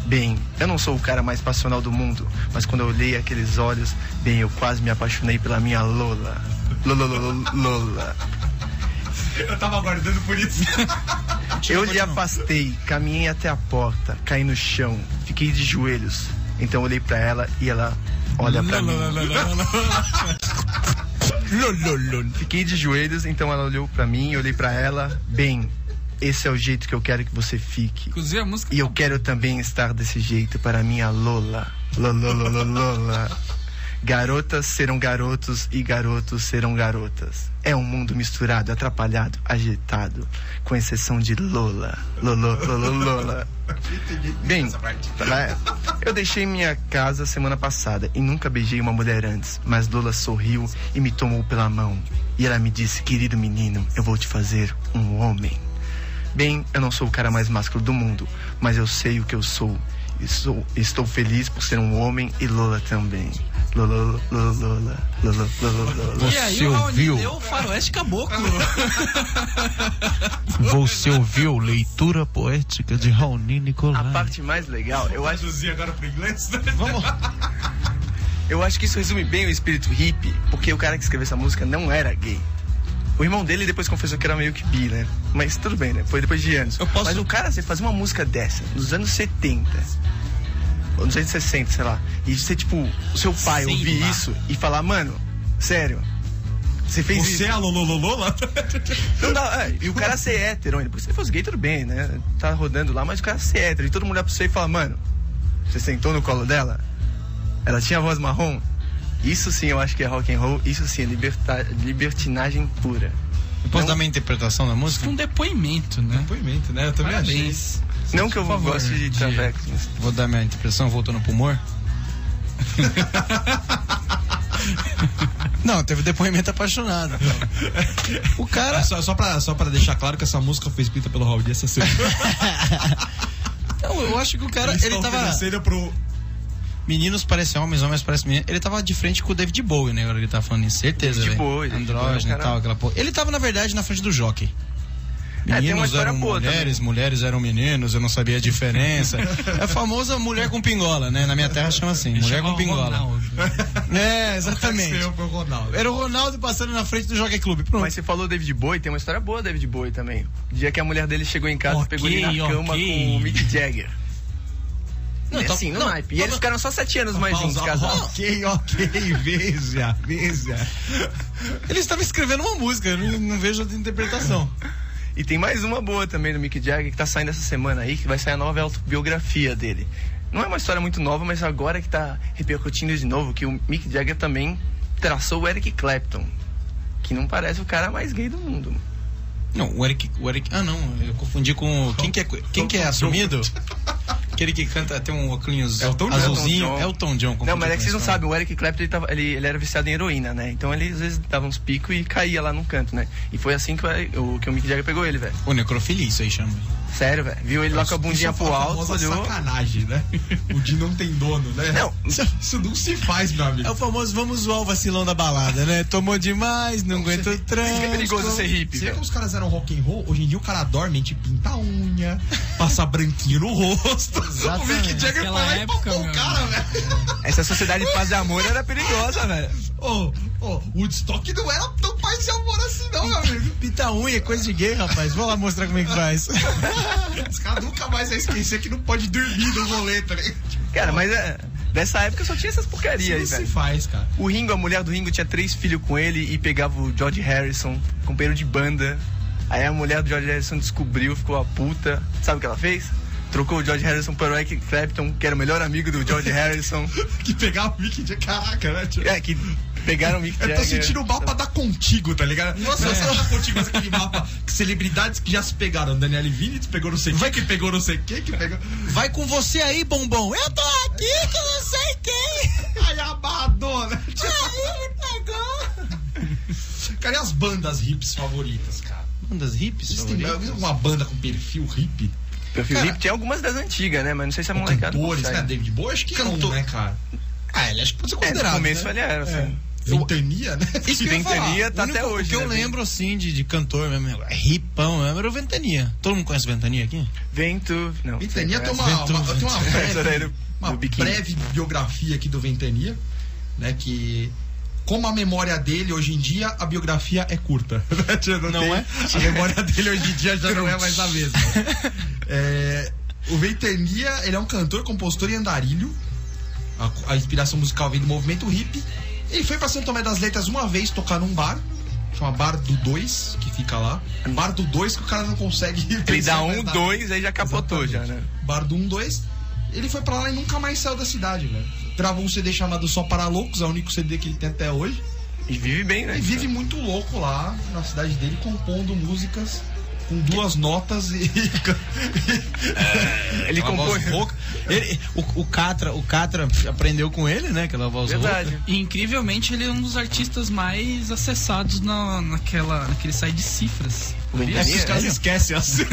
Speaker 4: Bem, eu não sou o cara mais passional do mundo, mas quando eu olhei aqueles olhos, bem, eu quase me apaixonei pela minha Lola. Lola, Lola, Lola.
Speaker 2: Eu tava aguardando por isso.
Speaker 4: Eu lhe afastei, caminhei até a porta, caí no chão, fiquei de joelhos. Então olhei pra ela e ela olha pra mim. Fiquei de joelhos, então ela olhou pra mim, eu olhei pra ela. Bem, esse é o jeito que eu quero que você fique.
Speaker 1: Inclusive a música.
Speaker 4: E eu quero também estar desse jeito para minha Lola. Lola, Lola, Lola. Garotas serão garotos e garotos serão garotas. É um mundo misturado, atrapalhado, agitado, com exceção de Lola. Lola, Lola, Lola. Bem, né? eu deixei minha casa semana passada e nunca beijei uma mulher antes, mas Lola sorriu e me tomou pela mão. E ela me disse: Querido menino, eu vou te fazer um homem. Bem, eu não sou o cara mais másculo do mundo, mas eu sei o que eu sou. E sou- estou feliz por ser um homem e Lola também. Lola, Lola, Lola, Lola, Lola, Lola.
Speaker 1: e aí
Speaker 3: Você
Speaker 1: o Raoni
Speaker 3: ouviu?
Speaker 1: deu o faroeste caboclo.
Speaker 3: Você ouviu leitura poética de Raoni
Speaker 4: A
Speaker 3: Nicolai?
Speaker 4: parte mais legal, eu acho,
Speaker 2: Traduzir agora pro inglês, né?
Speaker 3: Vamos lá.
Speaker 4: eu acho que isso resume bem o espírito hippie, porque o cara que escreveu essa música não era gay. O irmão dele depois confessou que era meio que bi, né? Mas tudo bem, né? Foi depois de anos.
Speaker 1: Eu posso-
Speaker 4: Mas o cara, você fazer uma música dessa, nos anos 70, ou nos anos 60, sei lá, e você, tipo, o seu pai
Speaker 1: Sei
Speaker 4: ouvir
Speaker 1: lá.
Speaker 4: isso e falar, mano, sério, você fez isso.
Speaker 2: Você é a Lolololola?
Speaker 4: Não dá, é, e o cara ser hétero ainda. Porque se ele fosse gay, tudo bem, né? Tá rodando lá, mas o cara ser hétero. E todo mundo olha pra você e fala, mano, você sentou no colo dela? Ela tinha voz marrom? Isso sim eu acho que é rock and roll, isso sim é liberta- libertinagem pura.
Speaker 3: Eu
Speaker 2: é
Speaker 3: Posso dar minha interpretação da música?
Speaker 1: um depoimento, né?
Speaker 2: Depoimento, um né? Eu também achei.
Speaker 1: Parabéns.
Speaker 4: não que eu
Speaker 1: por favor,
Speaker 4: goste de
Speaker 1: Diego.
Speaker 4: traveco. mas-
Speaker 3: Vou dar minha interpretação voltando pro humor. Não, teve depoimento apaixonado. O cara.
Speaker 2: Só, só, pra, só pra deixar claro que essa música foi escrita pelo Raul Dias essa semana.
Speaker 3: Não, eu acho que o cara.
Speaker 2: Eles
Speaker 3: Ele
Speaker 2: estão
Speaker 3: tava.
Speaker 2: oferecendo pro...
Speaker 3: Meninos parecem homens, homens parecem meninos. Ele tava de frente com o David Bowie, né? Agora que ele tava falando isso. Certeza.
Speaker 4: David
Speaker 3: velho.
Speaker 4: Bowie, David Bowie é o
Speaker 3: Andrógeno e
Speaker 4: cara-
Speaker 3: tal, aquela porra. Ele tava, na verdade, na frente do jockey.
Speaker 4: É, tem uma
Speaker 3: Meninos
Speaker 4: história
Speaker 3: eram
Speaker 4: boa
Speaker 3: mulheres, mulheres eram meninos, eu não sabia a diferença. é a famosa mulher com pingola, né? Na minha terra chama assim, mulher com pingola.
Speaker 1: Ronaldo.
Speaker 3: É, exatamente.
Speaker 2: Seu, pro Ronaldo.
Speaker 3: Era o Ronaldo passando na frente do Jockey Clube. Pronto.
Speaker 4: Mas você falou David Bowie, tem uma história boa do David Bowie também. O dia que a mulher dele chegou em casa,
Speaker 1: Ok,
Speaker 4: pegou ele na cama
Speaker 1: ok.
Speaker 4: com o Mick Jagger. Não,
Speaker 1: tá-
Speaker 4: assim, no
Speaker 1: não,
Speaker 4: naipe. E
Speaker 1: tá-
Speaker 4: eles ficaram só sete anos mais juntos, casados.
Speaker 2: Ok, ok, veja, veja.
Speaker 3: Ele estava escrevendo uma música, eu não, não vejo outra interpretação.
Speaker 4: E tem mais uma boa também do Mick Jagger que tá saindo essa semana aí, que vai sair a nova autobiografia dele. Não é uma história muito nova, mas agora que tá repercutindo de novo, que o Mick Jagger também traçou o Eric Clapton, que não parece o cara mais gay do mundo.
Speaker 3: Não, o Eric. O Eric ah, não, eu confundi com. o- Quem que é, quem que é assumido? Aquele que canta, tem um óculos
Speaker 2: Elton John.
Speaker 3: azulzinho.
Speaker 4: Elton John.
Speaker 3: Elton John. confundi
Speaker 4: não, mas é
Speaker 3: com
Speaker 4: que vocês não
Speaker 3: esse
Speaker 4: sabem, o Eric Clapton ele, tava- ele- ele era viciado em heroína, né? Então ele às vezes dava uns picos e caía lá num canto, né? E foi assim que o, Eric- o- que o Mick Jagger pegou ele, velho.
Speaker 3: nome. Ô, necrofilia, isso aí chama.
Speaker 4: Sério, velho. Viu ele lá com a bundinha
Speaker 2: Isso é
Speaker 4: pro
Speaker 2: a
Speaker 4: alto,
Speaker 2: famosa
Speaker 4: olhou.
Speaker 2: sacanagem, né? O Di não tem dono, né?
Speaker 4: Não.
Speaker 2: Isso, isso não se faz, meu
Speaker 3: É
Speaker 2: amigo.
Speaker 3: o famoso vamos zoar o vacilão da balada, né? Tomou demais, não aguenta o
Speaker 4: Por que é
Speaker 3: trânsito.
Speaker 4: perigoso ser hippie,
Speaker 2: Será
Speaker 4: velho?
Speaker 2: que os caras eram rock and roll? Hoje em dia o cara dorme, a gente pinta a unha, passa branquinho no rosto. O
Speaker 3: Exatamente.
Speaker 2: Mick Jagger foi
Speaker 1: Naquela
Speaker 2: lá e
Speaker 1: época,
Speaker 2: papou o
Speaker 1: meu
Speaker 2: cara, velho.
Speaker 4: Essa sociedade de paz e amor era perigosa, velho.
Speaker 2: Ô, ô, o Woodstock não era tão paz e amor assim, não, meu amigo.
Speaker 3: Pita unha, é coisa de gay, rapaz. Vou lá mostrar como é que faz.
Speaker 2: Os caras nunca mais vai esquecer que não pode dormir no rolê, tá ligado?
Speaker 4: Cara, mas é, dessa época só tinha essas
Speaker 2: Isso
Speaker 4: porcarias aí,
Speaker 2: não se
Speaker 4: velho.
Speaker 2: faz, cara.
Speaker 4: O Ringo, a mulher do Ringo, tinha três filhos com ele e pegava o George Harrison, companheiro de banda. Aí a mulher do George Harrison descobriu, ficou a puta. Sabe o que ela fez? Trocou o George Harrison para o Eric Clapton, que era o melhor amigo do George Harrison.
Speaker 2: Que pegava o Mick Jagger. Caraca, né, tio?
Speaker 4: É, que pegaram o Mick
Speaker 2: Eu
Speaker 4: Jagger.
Speaker 2: tô sentindo o mapa da Contigo, tá ligado? Nossa, você tá contigo, mas aquele mapa. Que celebridades que já se pegaram. Daniele Vinitz pegou não sei quem, que pegou não sei quem, que pegou.
Speaker 3: Vai com você aí, bombom. Eu tô aqui que não sei quem.
Speaker 2: Ai, a Madonna.
Speaker 3: Aí me pegou.
Speaker 2: Cara, e as bandas hips favoritas, cara?
Speaker 3: Uma das hips
Speaker 2: Vocês têm alguma banda com perfil hippie?
Speaker 4: Perfil
Speaker 2: Cara,
Speaker 4: hippie tinha algumas das antigas, né? Mas não sei se a molecada.
Speaker 2: Cantores,
Speaker 4: consegue.
Speaker 2: né? David Bowie, acho que é um,
Speaker 3: Cantor.
Speaker 2: né, cara?
Speaker 3: Ah, ele acho que pode ser
Speaker 4: É, no
Speaker 3: considerado,
Speaker 4: começo
Speaker 3: né?
Speaker 4: ele era,
Speaker 2: É.
Speaker 4: assim.
Speaker 2: Ventania, né?
Speaker 3: Isso que eu ia falar.
Speaker 4: Ventania tá
Speaker 3: O único
Speaker 4: até hoje,
Speaker 3: O que
Speaker 4: né,
Speaker 3: eu
Speaker 4: Vini?
Speaker 3: lembro, assim, de, de cantor mesmo, é ripão mesmo, era o Ventania. Todo mundo conhece o Ventania aqui?
Speaker 4: Vento. Não.
Speaker 2: Ventania tem uma,
Speaker 3: Ventura,
Speaker 2: uma- tem uma
Speaker 4: Ventura. Essa daí
Speaker 2: breve,
Speaker 4: do-
Speaker 2: uma
Speaker 4: do biquíni.
Speaker 2: breve biografia aqui do Ventania, né? Que como a memória dele hoje em dia, a biografia é curta. não é? A memória dele hoje em dia já não é mais a mesma. É, o Ventania, ele é um cantor, compositor e andarilho. A, a inspiração musical vem do movimento hippie. Ele foi pra São Tomé das Letras uma vez tocar num bar. Chama Bar do 2, que fica lá. Bar do 2 que o cara não consegue.
Speaker 4: Ele dá
Speaker 2: pensar mais
Speaker 4: um,
Speaker 2: nada.
Speaker 4: dois, aí já capotou já, né?
Speaker 2: Bar do 1, 2. um, Ele foi pra lá e nunca mais saiu da cidade, velho. Gravou um CD chamado Só Para Loucos, é o único CD que ele tem até hoje.
Speaker 4: E vive bem, né?
Speaker 2: E vive muito louco lá na cidade dele, compondo músicas com duas notas e.
Speaker 4: Ele
Speaker 2: Uma voz
Speaker 4: compõe.
Speaker 2: rouca.
Speaker 3: Ele- o, o Catra, o Catra aprendeu com ele, né? Aquela voz
Speaker 4: Verdade.
Speaker 1: E incrivelmente ele é um dos artistas mais acessados na, naquela, naquele site de cifras.
Speaker 3: rouca. É que os caras
Speaker 4: É.
Speaker 3: esquecem, assim.
Speaker 2: o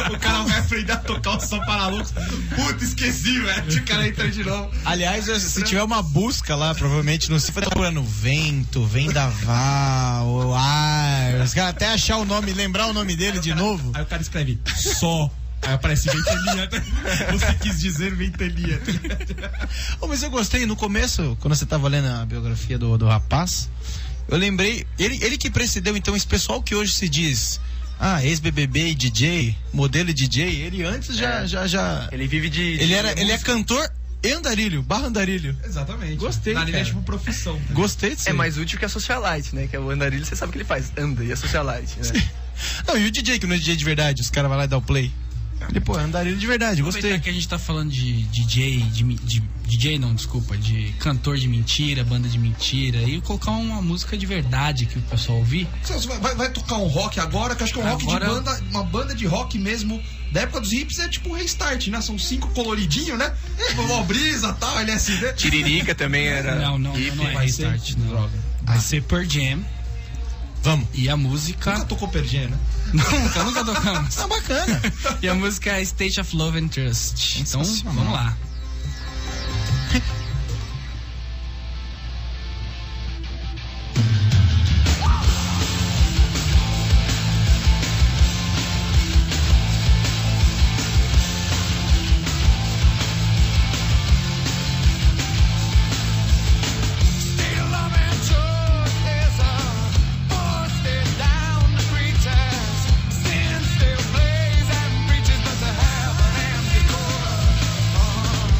Speaker 3: é um
Speaker 2: cara vai aprender a tocar o Só Para Loucos. Puta, esqueci, velho. O cara entra de novo.
Speaker 3: Aliás, se tiver uma busca lá, provavelmente no Cifra tá procurando vento, vendaval, ar. Os caras até achar o nome, lembrar o nome dele de novo.
Speaker 2: Aí o cara escreve só. Aí aparece Ventania. Você quis dizer Ventania.
Speaker 3: Oh, mas eu gostei, no começo, quando você tava lendo a biografia do, do rapaz, eu lembrei, ele, ele que precedeu então esse pessoal que hoje se diz, ah, ex-BBB e DJ, modelo e DJ, ele antes já,
Speaker 4: É.
Speaker 3: já, já,
Speaker 4: Ele vive de.
Speaker 3: ele
Speaker 4: de
Speaker 3: era, ele é cantor e andarilho, barra andarilho.
Speaker 2: Exatamente.
Speaker 3: Gostei,
Speaker 2: Na linha
Speaker 3: cara.
Speaker 2: é tipo profissão. Né?
Speaker 3: Gostei disso.
Speaker 4: É
Speaker 3: aí.
Speaker 4: mais útil que a socialite, né? Que é o andarilho, você sabe o que ele faz. Anda e a socialite, né?
Speaker 3: Não, e o DJ que não é DJ de verdade, os caras vão lá e dá o play.
Speaker 4: Ah.
Speaker 3: Ele, pô, é andarilho de verdade,
Speaker 1: Aproveitar
Speaker 3: gostei.
Speaker 1: que a gente tá falando de DJ, de, mi- de- DJ não, desculpa, de cantor de mentira, banda de mentira, e colocar uma música de verdade que o pessoal ouvir.
Speaker 2: Celso, vai, vai- vai tocar um rock agora, que eu acho que é um rock de
Speaker 1: Agora-
Speaker 2: banda, uma banda de rock mesmo. Da época dos hips é tipo um restart, né? São cinco coloridinhos, né? Mó brisa, tal, LSD.
Speaker 4: Tiririca também era.
Speaker 1: Não, não, não,
Speaker 4: hippie.
Speaker 1: não é
Speaker 2: Vai ser?
Speaker 1: restart, não.
Speaker 2: Droga.
Speaker 1: Vai ser Pearl Jam
Speaker 3: Vamos.
Speaker 1: e a
Speaker 2: Nunca
Speaker 1: música.
Speaker 2: tocou Pergê, né?
Speaker 1: nunca, nunca tocamos.
Speaker 3: Tá bacana.
Speaker 1: E a música é State of Love and Trust. Então,
Speaker 3: Sensacional.
Speaker 1: vamos lá.
Speaker 9: Sin still plays and preaches, but the heaven and the corner.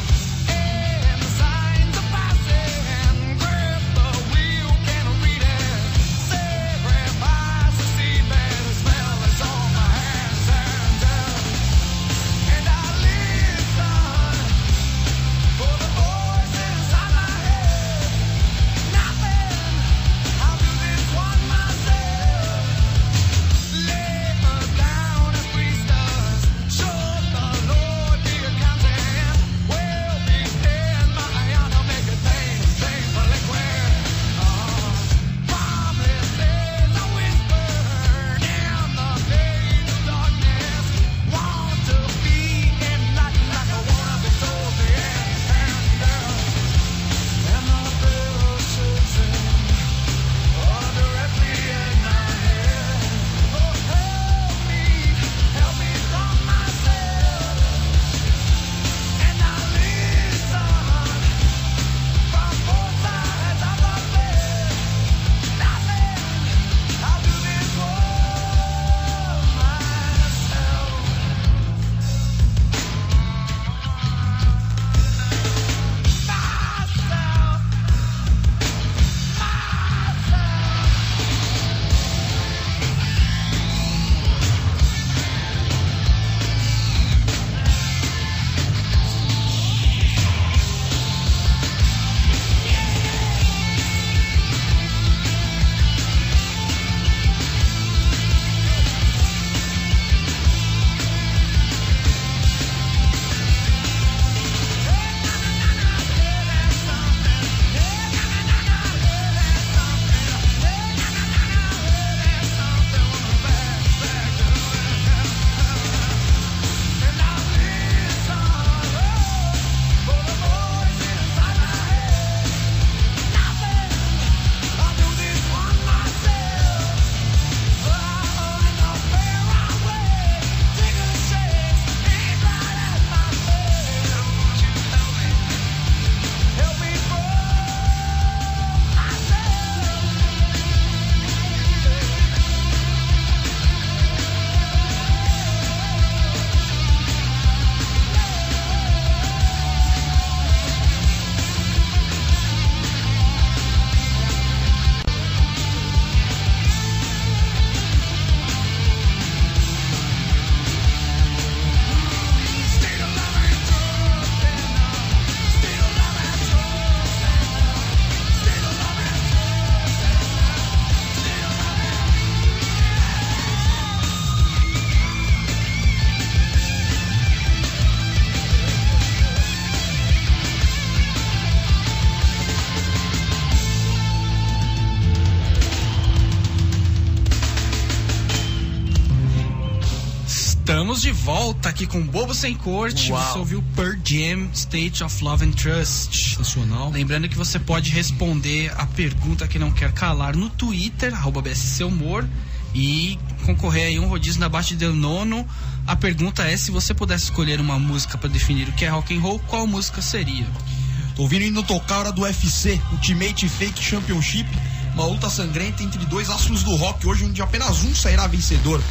Speaker 1: de volta aqui com Bobo Sem Corte.
Speaker 4: Uau.
Speaker 1: Você ouviu Per Jam, State of Love and Trust.
Speaker 2: Sensacional.
Speaker 1: Lembrando que você pode responder a pergunta que não quer calar no Twitter, arroba BSC Humor, e concorrer aí um rodízio na Baixa del Nono. A pergunta é, se você pudesse escolher uma música para definir o que é rock and roll, qual música seria?
Speaker 2: Tô ouvindo indo tocar a hora do UFC, Ultimate Fake Championship. Uma luta sangrenta entre dois astros do rock, hoje onde apenas um sairá vencedor.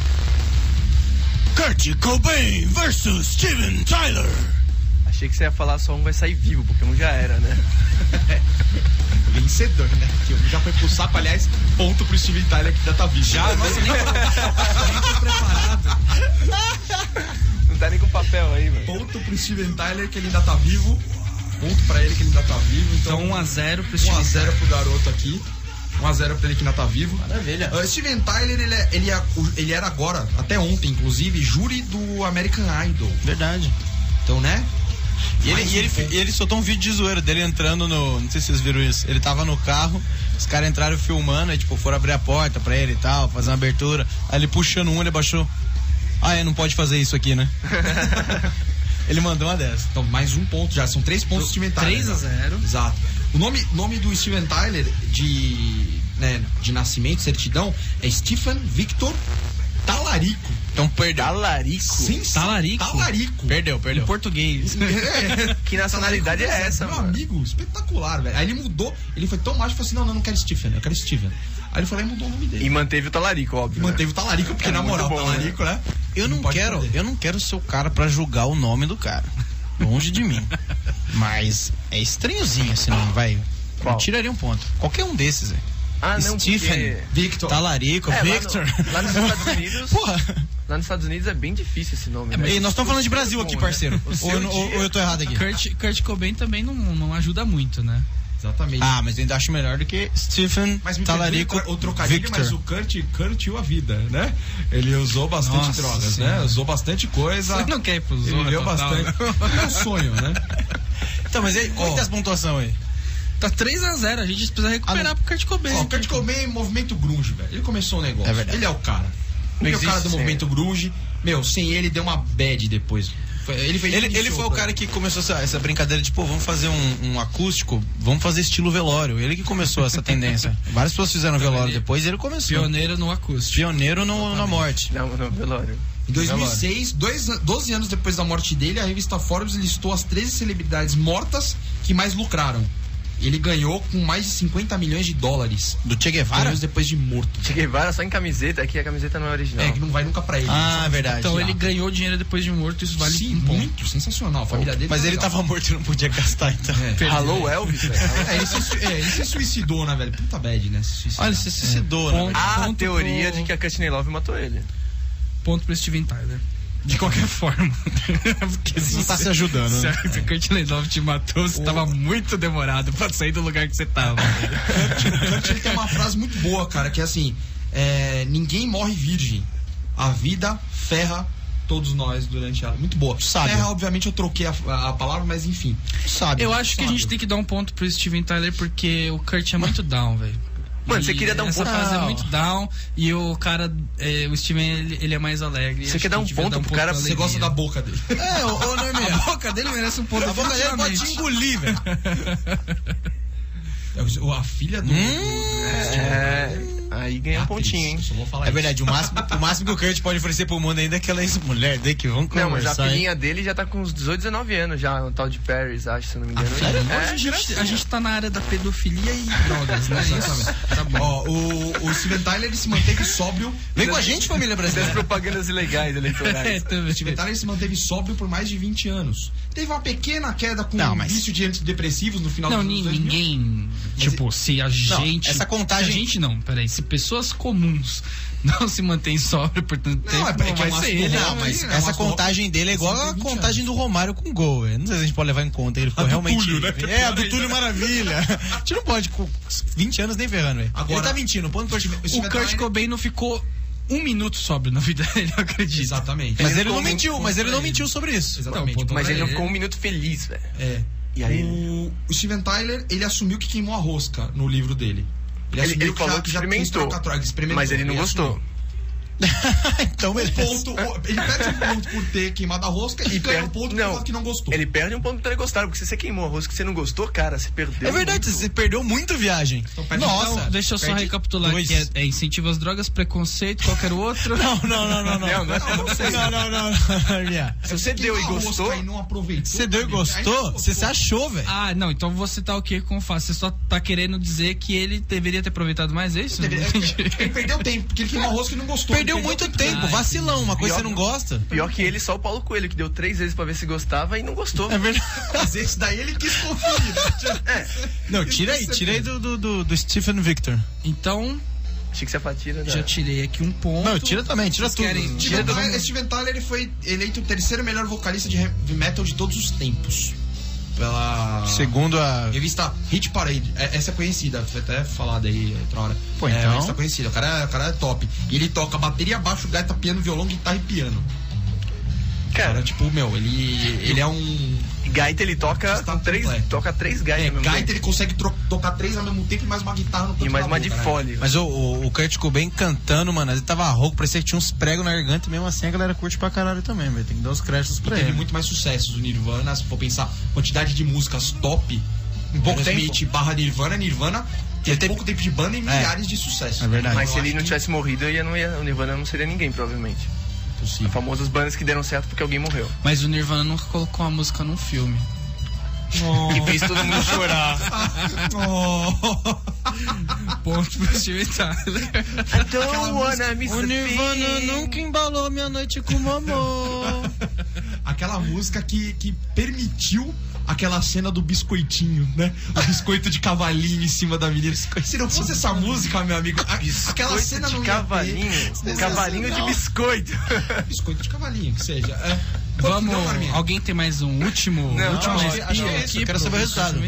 Speaker 6: Kurt Cobain versus Steven Tyler.
Speaker 4: Achei que você ia falar só um vai sair vivo, porque um já era, né?
Speaker 2: Vencedor, né? Que eu já foi pro saco, aliás, ponto pro Steven Tyler que já tá vivo. Já,
Speaker 1: Nossa,
Speaker 4: né?
Speaker 1: nem tô preparado.
Speaker 4: Não tá nem com papel aí, velho.
Speaker 2: ponto pro Steven Tyler que ele ainda tá vivo. Ponto pra ele que ele ainda tá vivo. Então,
Speaker 1: Então 1x0 pro
Speaker 2: 1 a
Speaker 1: Steven
Speaker 2: 0 pro garoto aqui. 1 a 0 pra ele que ainda tá vivo.
Speaker 3: Maravilha.
Speaker 2: Ah, Steven Tyler, ele, é- ele, é- ele era agora, até ontem, inclusive, júri do American Idol.
Speaker 3: Verdade.
Speaker 2: Então, né?
Speaker 3: E ele,
Speaker 2: Mais
Speaker 3: e
Speaker 2: um
Speaker 3: ele, fi-
Speaker 2: ponto.
Speaker 3: e ele soltou um vídeo de zoeira dele entrando no. Não sei se vocês viram isso. Ele tava no carro, os caras entraram filmando, aí, tipo, foram abrir a porta pra ele e tal, fazer uma abertura. Aí ele puxando um, ele abaixou. Ah, é, não pode fazer isso aqui, né? ele mandou uma dessa.
Speaker 2: Então, mais um ponto já. São três pontos do Steven
Speaker 3: Tá,
Speaker 2: Tyler. né?
Speaker 1: 3 a 0.
Speaker 2: Exato. O nome, nome do Steven Tyler de, né, de nascimento, certidão, é Stephen Victor Talarico.
Speaker 3: Então perdeu.
Speaker 4: Talarico?
Speaker 2: Sim,
Speaker 1: Talarico?
Speaker 2: Talarico. É.
Speaker 3: Perdeu,
Speaker 1: Em
Speaker 3: perdeu.
Speaker 1: português.
Speaker 4: Que nacionalidade
Speaker 3: Tá
Speaker 4: é essa,
Speaker 2: Meu
Speaker 4: mano?
Speaker 2: amigo, espetacular, velho. Aí ele mudou, ele foi tão mágico e falou assim: não, não, não quero Stephen, eu quero Steven. Aí ele foi lá e mudou o nome dele.
Speaker 4: E manteve o talarico, óbvio. né?
Speaker 2: Manteve o talarico, porque na
Speaker 4: muito
Speaker 2: moral,
Speaker 4: bom,
Speaker 2: talarico, né?
Speaker 3: Eu não,
Speaker 2: pode
Speaker 3: quero,
Speaker 2: perder.
Speaker 3: eu não quero ser o cara pra julgar o nome do cara. Longe de mim. Mas é estranhozinho esse nome, vai.
Speaker 4: Qual?
Speaker 3: Eu tiraria um ponto. Qualquer um desses, é.
Speaker 4: Ah, não,
Speaker 3: Stephen,
Speaker 4: porque-
Speaker 2: Victor.
Speaker 3: Talarico,
Speaker 4: É, lá no-
Speaker 3: Victor.
Speaker 4: lá nos Estados Unidos-
Speaker 3: Porra.
Speaker 4: Lá nos Estados Unidos é bem difícil esse nome, né?
Speaker 3: Ei, nós estamos falando de Brasil aqui,
Speaker 4: Bom, né?
Speaker 3: parceiro.
Speaker 4: O
Speaker 3: Ou
Speaker 4: seu
Speaker 3: eu, não- ou-
Speaker 4: dia-
Speaker 3: ou eu tô errado aqui?
Speaker 1: Kurt, Kurt Cobain também não, não ajuda muito, né?
Speaker 2: Exatamente.
Speaker 3: Ah, mas eu ainda acho melhor do que Stephen
Speaker 2: Mas me
Speaker 3: Talarico
Speaker 2: perdoe o tro- o trocadilho,
Speaker 3: Victor.
Speaker 2: mas o Kurt curtiu a vida, né? Ele usou bastante
Speaker 1: Nossa
Speaker 2: drogas, né?
Speaker 1: Senhora.
Speaker 2: Usou bastante coisa.
Speaker 1: Você não quer ir pro
Speaker 2: Ele
Speaker 1: Zorra
Speaker 2: viveu
Speaker 1: Total, né?
Speaker 2: bastante. É um sonho, né?
Speaker 3: Então, mas aí, qual que é as pontuação aí?
Speaker 1: Tá 3x0, a, gente precisa recuperar pro Kurt Cobain.
Speaker 2: Ó, o Kurt Cobain é movimento grunge, velho. Ele começou o negócio.
Speaker 3: É verdade.
Speaker 2: Ele é o cara.
Speaker 4: Não
Speaker 2: Ele é o cara
Speaker 4: existe
Speaker 2: do
Speaker 4: sem
Speaker 2: movimento grunge. Meu, sem ele deu uma bad depois. Foi- Ele, fez
Speaker 3: Ele, ele foi o cara que começou essa, essa brincadeira de, pô, vamos fazer um, um acústico, vamos fazer estilo velório. Ele que começou essa tendência. Várias pessoas fizeram velório
Speaker 1: ele-
Speaker 3: depois e ele começou.
Speaker 1: Pioneiro no acústico.
Speaker 3: Pioneiro no, na morte.
Speaker 4: Não, não, velório.
Speaker 2: Em 2006, dois, an- 12 anos depois da morte dele, a revista Forbes listou as 13 celebridades mortas que mais lucraram. Ele ganhou com mais de 50 milhões de dólares.
Speaker 3: Do Che
Speaker 2: Vários
Speaker 3: Guevara?
Speaker 2: anos depois de morto.
Speaker 4: Che Guevara só em camiseta, aqui a camiseta não é original.
Speaker 2: É, que não vai nunca pra ele.
Speaker 3: Ah, é verdade.
Speaker 1: Então ele ganhou dinheiro depois de morto, isso vale
Speaker 2: Sim,
Speaker 1: um ponto.
Speaker 2: muito, sensacional. A família
Speaker 1: é
Speaker 2: dele
Speaker 3: Mas
Speaker 2: tá
Speaker 3: ele
Speaker 2: legal.
Speaker 3: tava morto e não podia gastar, então.
Speaker 4: Alô, Elvis? né? velho?
Speaker 2: É, ele se, sui- é, ele se suicidou, né, velho? Puta bad, né? Se suicidou.
Speaker 3: Olha, ele se suicidou, né?
Speaker 1: Ponto,
Speaker 4: Há a
Speaker 1: ponto
Speaker 4: Ah, teoria
Speaker 1: pro-
Speaker 4: de que a Courtney Love matou ele.
Speaker 1: Ponto pro Steven Tyler. De qualquer forma. Porque
Speaker 3: Você
Speaker 1: se
Speaker 3: não tá
Speaker 1: você-
Speaker 3: se ajudando, né?
Speaker 1: Certo, o Kurt Lendolf te matou, você tava muito demorado pra sair do lugar que você tava.
Speaker 2: Kant, ele tem uma frase muito boa, cara, que é assim: é, ninguém morre virgem. A vida ferra todos nós durante ela. Muito boa.
Speaker 3: Sábio.
Speaker 2: Ferra, obviamente, eu troquei a, a palavra, mas enfim.
Speaker 3: Sabe.
Speaker 1: Eu acho que a gente tem que dar um ponto pro Steven Tyler porque o Kurt é muito down, velho.
Speaker 4: Mano,
Speaker 1: E
Speaker 4: você queria dar um
Speaker 1: essa
Speaker 4: ponto-
Speaker 1: Essa fase é
Speaker 3: Não.
Speaker 1: muito down e o cara, é, o Steven, ele, ele é mais alegre.
Speaker 4: Você
Speaker 1: Acho
Speaker 4: quer dar
Speaker 1: que
Speaker 4: um
Speaker 1: devia
Speaker 4: ponto pro cara,
Speaker 1: pra
Speaker 2: Você
Speaker 1: alegria.
Speaker 2: gosta da boca dele.
Speaker 3: É, ô, ô Norminha.
Speaker 1: A boca dele merece um ponto
Speaker 3: A boca dele pode te
Speaker 1: definitivamente.
Speaker 3: engolir, velho.
Speaker 2: É, A filha
Speaker 3: Hum?
Speaker 2: do.
Speaker 4: É. Aí ganha um pontinho, hein?
Speaker 2: Só vou falar
Speaker 3: É
Speaker 2: isso.
Speaker 3: verdade, o máximo, o máximo que o Kurt pode oferecer pro mundo ainda é aquela ex-mulher dele que vamos
Speaker 4: Não, mas a
Speaker 3: conversar, hein?
Speaker 4: filhinha dele já tá com uns 18, 19 anos já, um tal de Paris, acho, se eu não me engano.
Speaker 2: Ah,
Speaker 1: Hoje a gente, a gente tá na área da pedofilia e drogas,
Speaker 3: É
Speaker 1: né?
Speaker 2: Exatamente. Tá bom. Ó, o, o Steven Tyler ele se manteve sóbrio.
Speaker 3: Vem com a gente, família
Speaker 4: Das
Speaker 3: brasileira.
Speaker 4: propagandas ilegais
Speaker 1: É,
Speaker 4: eleitorais.
Speaker 1: também.
Speaker 2: O Steven Tyler se manteve sóbrio por mais de 20 anos. Teve uma pequena queda com
Speaker 3: Não,
Speaker 2: o
Speaker 3: mas-
Speaker 2: vício de antidepressivos no final
Speaker 1: Não,
Speaker 2: dos
Speaker 1: ni-
Speaker 2: anos 2000.
Speaker 1: ninguém. Tipo, se a gente.
Speaker 3: essa
Speaker 1: Se
Speaker 3: contagem-
Speaker 1: a gente não, peraí. Se pessoas comuns não se mantêm sóbrio por tanto
Speaker 2: Não,
Speaker 1: tempo,
Speaker 2: é porque
Speaker 1: não vai
Speaker 2: é uma
Speaker 1: ser
Speaker 2: surra.
Speaker 1: ele.
Speaker 3: Não, mas
Speaker 2: Imagina,
Speaker 3: essa
Speaker 2: mas
Speaker 3: contagem dele é igual a
Speaker 2: 120
Speaker 3: contagem do Romário com gol. velho. Não sei se a gente pode levar em conta. Ele ficou realmente.
Speaker 6: Túlio, né?
Speaker 3: É, a do Túlio Maravilha. A gente não pode com 20 anos nem ferrando, velho.
Speaker 2: Agora-
Speaker 3: Ele tá mentindo. Ponto pra...
Speaker 1: O Kurt Cobain não ficou um minuto sóbrio na vida dele, eu acredito.
Speaker 2: Exatamente.
Speaker 3: Mas ele
Speaker 4: ficou
Speaker 3: não
Speaker 4: muito
Speaker 3: mentiu, mas ele não mentiu sobre isso.
Speaker 2: Exatamente.
Speaker 1: Então, ponto
Speaker 4: Mas
Speaker 1: pra
Speaker 4: ele não ficou um minuto feliz, velho.
Speaker 2: É.
Speaker 4: E aí?
Speaker 2: O, o Steven Tyler, ele assumiu que queimou a rosca no livro dele.
Speaker 4: Ele,
Speaker 2: assumiu
Speaker 4: ele falou que
Speaker 2: quis
Speaker 4: experimentou,
Speaker 2: trocar troca, experimentou, assim.
Speaker 4: mas ele não gostou.
Speaker 2: assumiu.
Speaker 3: então,
Speaker 2: Um
Speaker 3: beleza.
Speaker 2: ponto, ele perde um ponto por ter queimado a rosca e, ganha um ponto por causa que não gostou.
Speaker 4: Ele perde um ponto por ter gostado, porque se você queimou a rosca que você não gostou, cara, você perdeu.
Speaker 3: É verdade,
Speaker 4: muito.
Speaker 3: você perdeu muito viagem.
Speaker 2: perde-
Speaker 3: Nossa.
Speaker 1: Então, deixa eu só
Speaker 3: perde
Speaker 1: recapitular
Speaker 3: dois.
Speaker 1: aqui. É, é incentivo às drogas, preconceito, qualquer outro.
Speaker 3: Não, não, não, não, não. Não, não, não, não, Bia.
Speaker 4: Se você deu e
Speaker 2: Queimou a rosca
Speaker 4: gostou,
Speaker 2: e não aproveitou.
Speaker 3: Você deu e
Speaker 2: amigo, aí
Speaker 3: gostou?
Speaker 2: não
Speaker 3: Você se achou, velho.
Speaker 1: Ah, não, então você tá o que com o Fácil? Você só tá querendo dizer que ele deveria ter aproveitado mais, é isso?
Speaker 2: Ele, ele perdeu tempo, porque ele queimou a rosca e não gostou.
Speaker 3: Perdeu
Speaker 2: Ele
Speaker 3: muito tempo,
Speaker 1: Ah,
Speaker 3: vacilão, uma coisa que você
Speaker 4: Pior-
Speaker 3: não gosta.
Speaker 4: pior que ele, só o Paulo Coelho, que deu três vezes pra ver se gostava e não gostou.
Speaker 3: É verdade.
Speaker 2: Mas esse daí ele quis conferir.
Speaker 3: É. Não, tira aí, tira aí do, do, do, do Stephen Victor.
Speaker 1: Então,
Speaker 4: Achei que você fatira, né?
Speaker 1: já tirei aqui um ponto.
Speaker 3: Não, tira também, tira tudo.
Speaker 1: querem-
Speaker 2: Steven Tyler, Steven Tyler ele foi eleito o terceiro melhor vocalista de heavy metal de todos os tempos. Pela
Speaker 3: Segundo a.
Speaker 2: revista Hit Parade. É- Essa é conhecida, foi até falada aí outra hora.
Speaker 3: Pô,
Speaker 2: É,
Speaker 3: então-
Speaker 2: essa é conhecida. O cara, o cara é top. E ele toca bateria, baixo, gaita, piano, violão, guitarra e piano. Cara,
Speaker 4: Cara,
Speaker 2: tipo, meu, ele, ele é um.
Speaker 4: gaita ele toca
Speaker 2: Está
Speaker 4: com três,
Speaker 2: completo.
Speaker 4: toca três gaitas
Speaker 2: É,
Speaker 4: ao mesmo
Speaker 2: gaita,
Speaker 4: tempo.
Speaker 2: ele consegue tro- tocar três ao mesmo tempo e mais uma guitarra no canto
Speaker 4: E mais
Speaker 2: da
Speaker 4: uma de
Speaker 2: boca, né?
Speaker 4: fole.
Speaker 3: Mas o, o, o Kurt Cobain cantando, mano, ele tava rouco, parecia que tinha uns pregos na garganta, mesmo assim a galera curte pra caralho também, velho. Tem que dar os créditos pra
Speaker 2: Teve
Speaker 3: ele.
Speaker 2: muito mais sucessos o Nirvana, se for pensar, quantidade de músicas top.
Speaker 3: pouco
Speaker 2: Aerosmith barra Nirvana, Nirvana teve
Speaker 3: teve-
Speaker 2: pouco tempo de banda e milhares de sucessos.
Speaker 3: É verdade.
Speaker 4: Mas se
Speaker 2: Eu
Speaker 4: ele
Speaker 2: acho
Speaker 4: não
Speaker 2: que
Speaker 4: tivesse morrido, eu ia- não ia- o Nirvana não seria ninguém, provavelmente.
Speaker 2: possível.
Speaker 4: Famosas bandas que deram certo porque alguém morreu.
Speaker 1: Mas o Nirvana nunca colocou a música num filme.
Speaker 4: E fez todo mundo chorar.
Speaker 1: Ponto pro Steven Tyler.
Speaker 4: I don't wanna miss
Speaker 3: O
Speaker 4: a
Speaker 3: Nirvana
Speaker 4: thing.
Speaker 3: nunca embalou minha noite com o amor.
Speaker 2: Aquela música que, que permitiu aquela cena do biscoitinho, né? O biscoito de cavalinho em cima da menina. Se não fosse essa música, meu amigo, a- aquela
Speaker 4: Coisa
Speaker 2: cena não
Speaker 4: de
Speaker 2: ia ter.
Speaker 4: cavalinho. Um Cavalinho de
Speaker 2: Sensacional.
Speaker 4: biscoito.
Speaker 2: Biscoito de cavalinho, que seja. É. Quanto
Speaker 1: Vamos,
Speaker 2: não, Arminha?
Speaker 1: alguém tem mais um último?
Speaker 4: Não,
Speaker 1: último
Speaker 4: acho
Speaker 2: que- acho que é isso,
Speaker 3: eu quero
Speaker 1: pro-
Speaker 3: saber o resultado.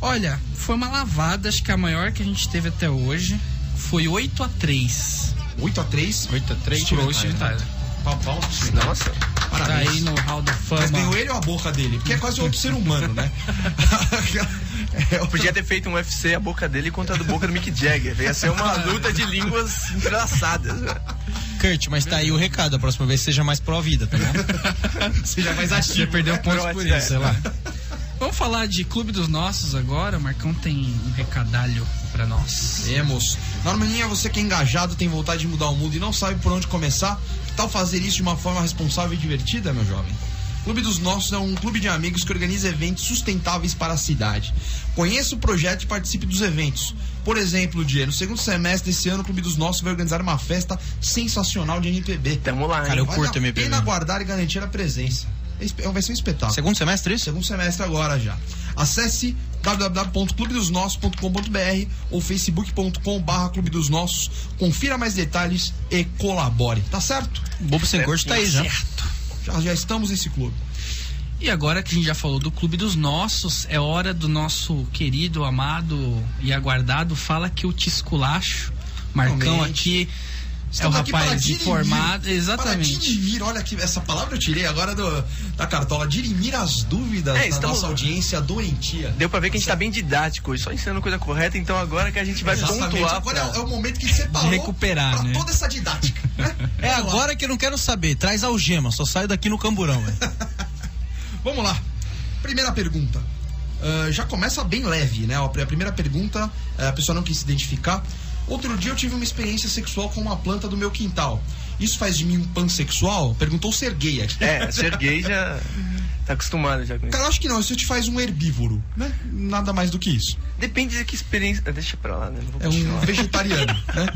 Speaker 1: Olha, foi uma lavada, acho que a maior que a gente teve até hoje. Foi 8 a 3
Speaker 2: 8x3?
Speaker 1: 8x3
Speaker 2: Steven
Speaker 1: pro Steven Tyler.
Speaker 2: Pau, pau, sim.
Speaker 4: Nossa.
Speaker 1: Tá
Speaker 2: Parabéns.
Speaker 1: aí no Hall da Fama.
Speaker 2: Mas ganhou ele ou a boca dele? Porque é quase outro ser humano, né? É, eu-
Speaker 4: Podia ter feito um UFC a boca dele contra a do boca do Mick Jagger. Ia ser uma luta de línguas entrelaçadas. velho.
Speaker 3: Kurt, mas tá aí o recado. A próxima vez seja mais pró-vida, tá bom?
Speaker 2: Seja mais ativo.
Speaker 1: Já perdeu pontos
Speaker 4: Trote,
Speaker 1: por
Speaker 4: é.
Speaker 1: isso, sei
Speaker 2: né?
Speaker 1: lá. Vamos falar de Clube dos Nossos agora. O Marcão tem um recadalho pra nós.
Speaker 2: Temos. Normaninha, você que é engajado, tem vontade de mudar o mundo e não sabe por onde começar, que tal fazer isso de uma forma responsável e divertida, meu jovem? Clube dos Nossos é um clube de amigos que organiza eventos sustentáveis para a cidade. Conheça o projeto e participe dos eventos. Por exemplo, dia, no segundo semestre desse ano, o Clube dos Nossos vai organizar uma festa sensacional de MPB.
Speaker 4: Tamo lá, hein?
Speaker 3: Cara, eu
Speaker 2: Vale
Speaker 3: curto
Speaker 2: a
Speaker 3: MPB.
Speaker 2: pena guardar e garantir a presença. É espe- Vai ser um espetáculo
Speaker 3: Segundo semestre, isso?
Speaker 2: segundo semestre agora já. Acesse www.clubedosnossos.com.br ou facebook.com.br Clube dos Nossos. Confira mais detalhes e colabore, tá certo?
Speaker 3: Bobo sem corte tá aí já.
Speaker 2: Já, já estamos nesse clube.
Speaker 1: É E agora que a gente já falou do Clube dos Nossos, é hora do nosso querido, amado e aguardado Fala Que Eu Te Esculacho. Marcão
Speaker 2: Realmente.
Speaker 1: aqui é o
Speaker 2: Estamos aqui né? para
Speaker 1: rapaz
Speaker 2: dirimir.
Speaker 1: informado.
Speaker 2: Para
Speaker 1: Exatamente.
Speaker 2: dirimir, olha que essa palavra eu tirei agora do- da cartola. Dirimir as dúvidas
Speaker 4: É,
Speaker 2: da
Speaker 4: estamos-
Speaker 2: nossa audiência doentia.
Speaker 4: Deu pra ver que a gente tá bem didático hoje, só ensinando coisa correta, então agora que a gente vai
Speaker 2: Exatamente.
Speaker 4: pontuar.
Speaker 2: Agora é
Speaker 4: pra-
Speaker 2: o momento que separou
Speaker 1: De recuperar,
Speaker 2: pra
Speaker 1: né?
Speaker 2: toda essa didática. né?
Speaker 3: É agora que eu não quero saber. Traz algema, só saio daqui no camburão, velho.
Speaker 2: Vamos lá. Primeira pergunta. Ah, já começa bem leve, né? A primeira pergunta, eh, a pessoa não quis se identificar. Outro dia eu tive uma experiência sexual com uma planta do meu quintal. Isso faz de mim um pansexual? Perguntou ser gay aqui.
Speaker 4: É, ser gay já tá acostumado já com isso.
Speaker 2: Cara, eu acho que não. Isso te faz um herbívoro, né? Nada mais do que isso.
Speaker 4: Depende de que experiência. Ah, Deixa pra lá, né? Não vou
Speaker 2: É um
Speaker 4: continuar.
Speaker 2: vegetariano, né?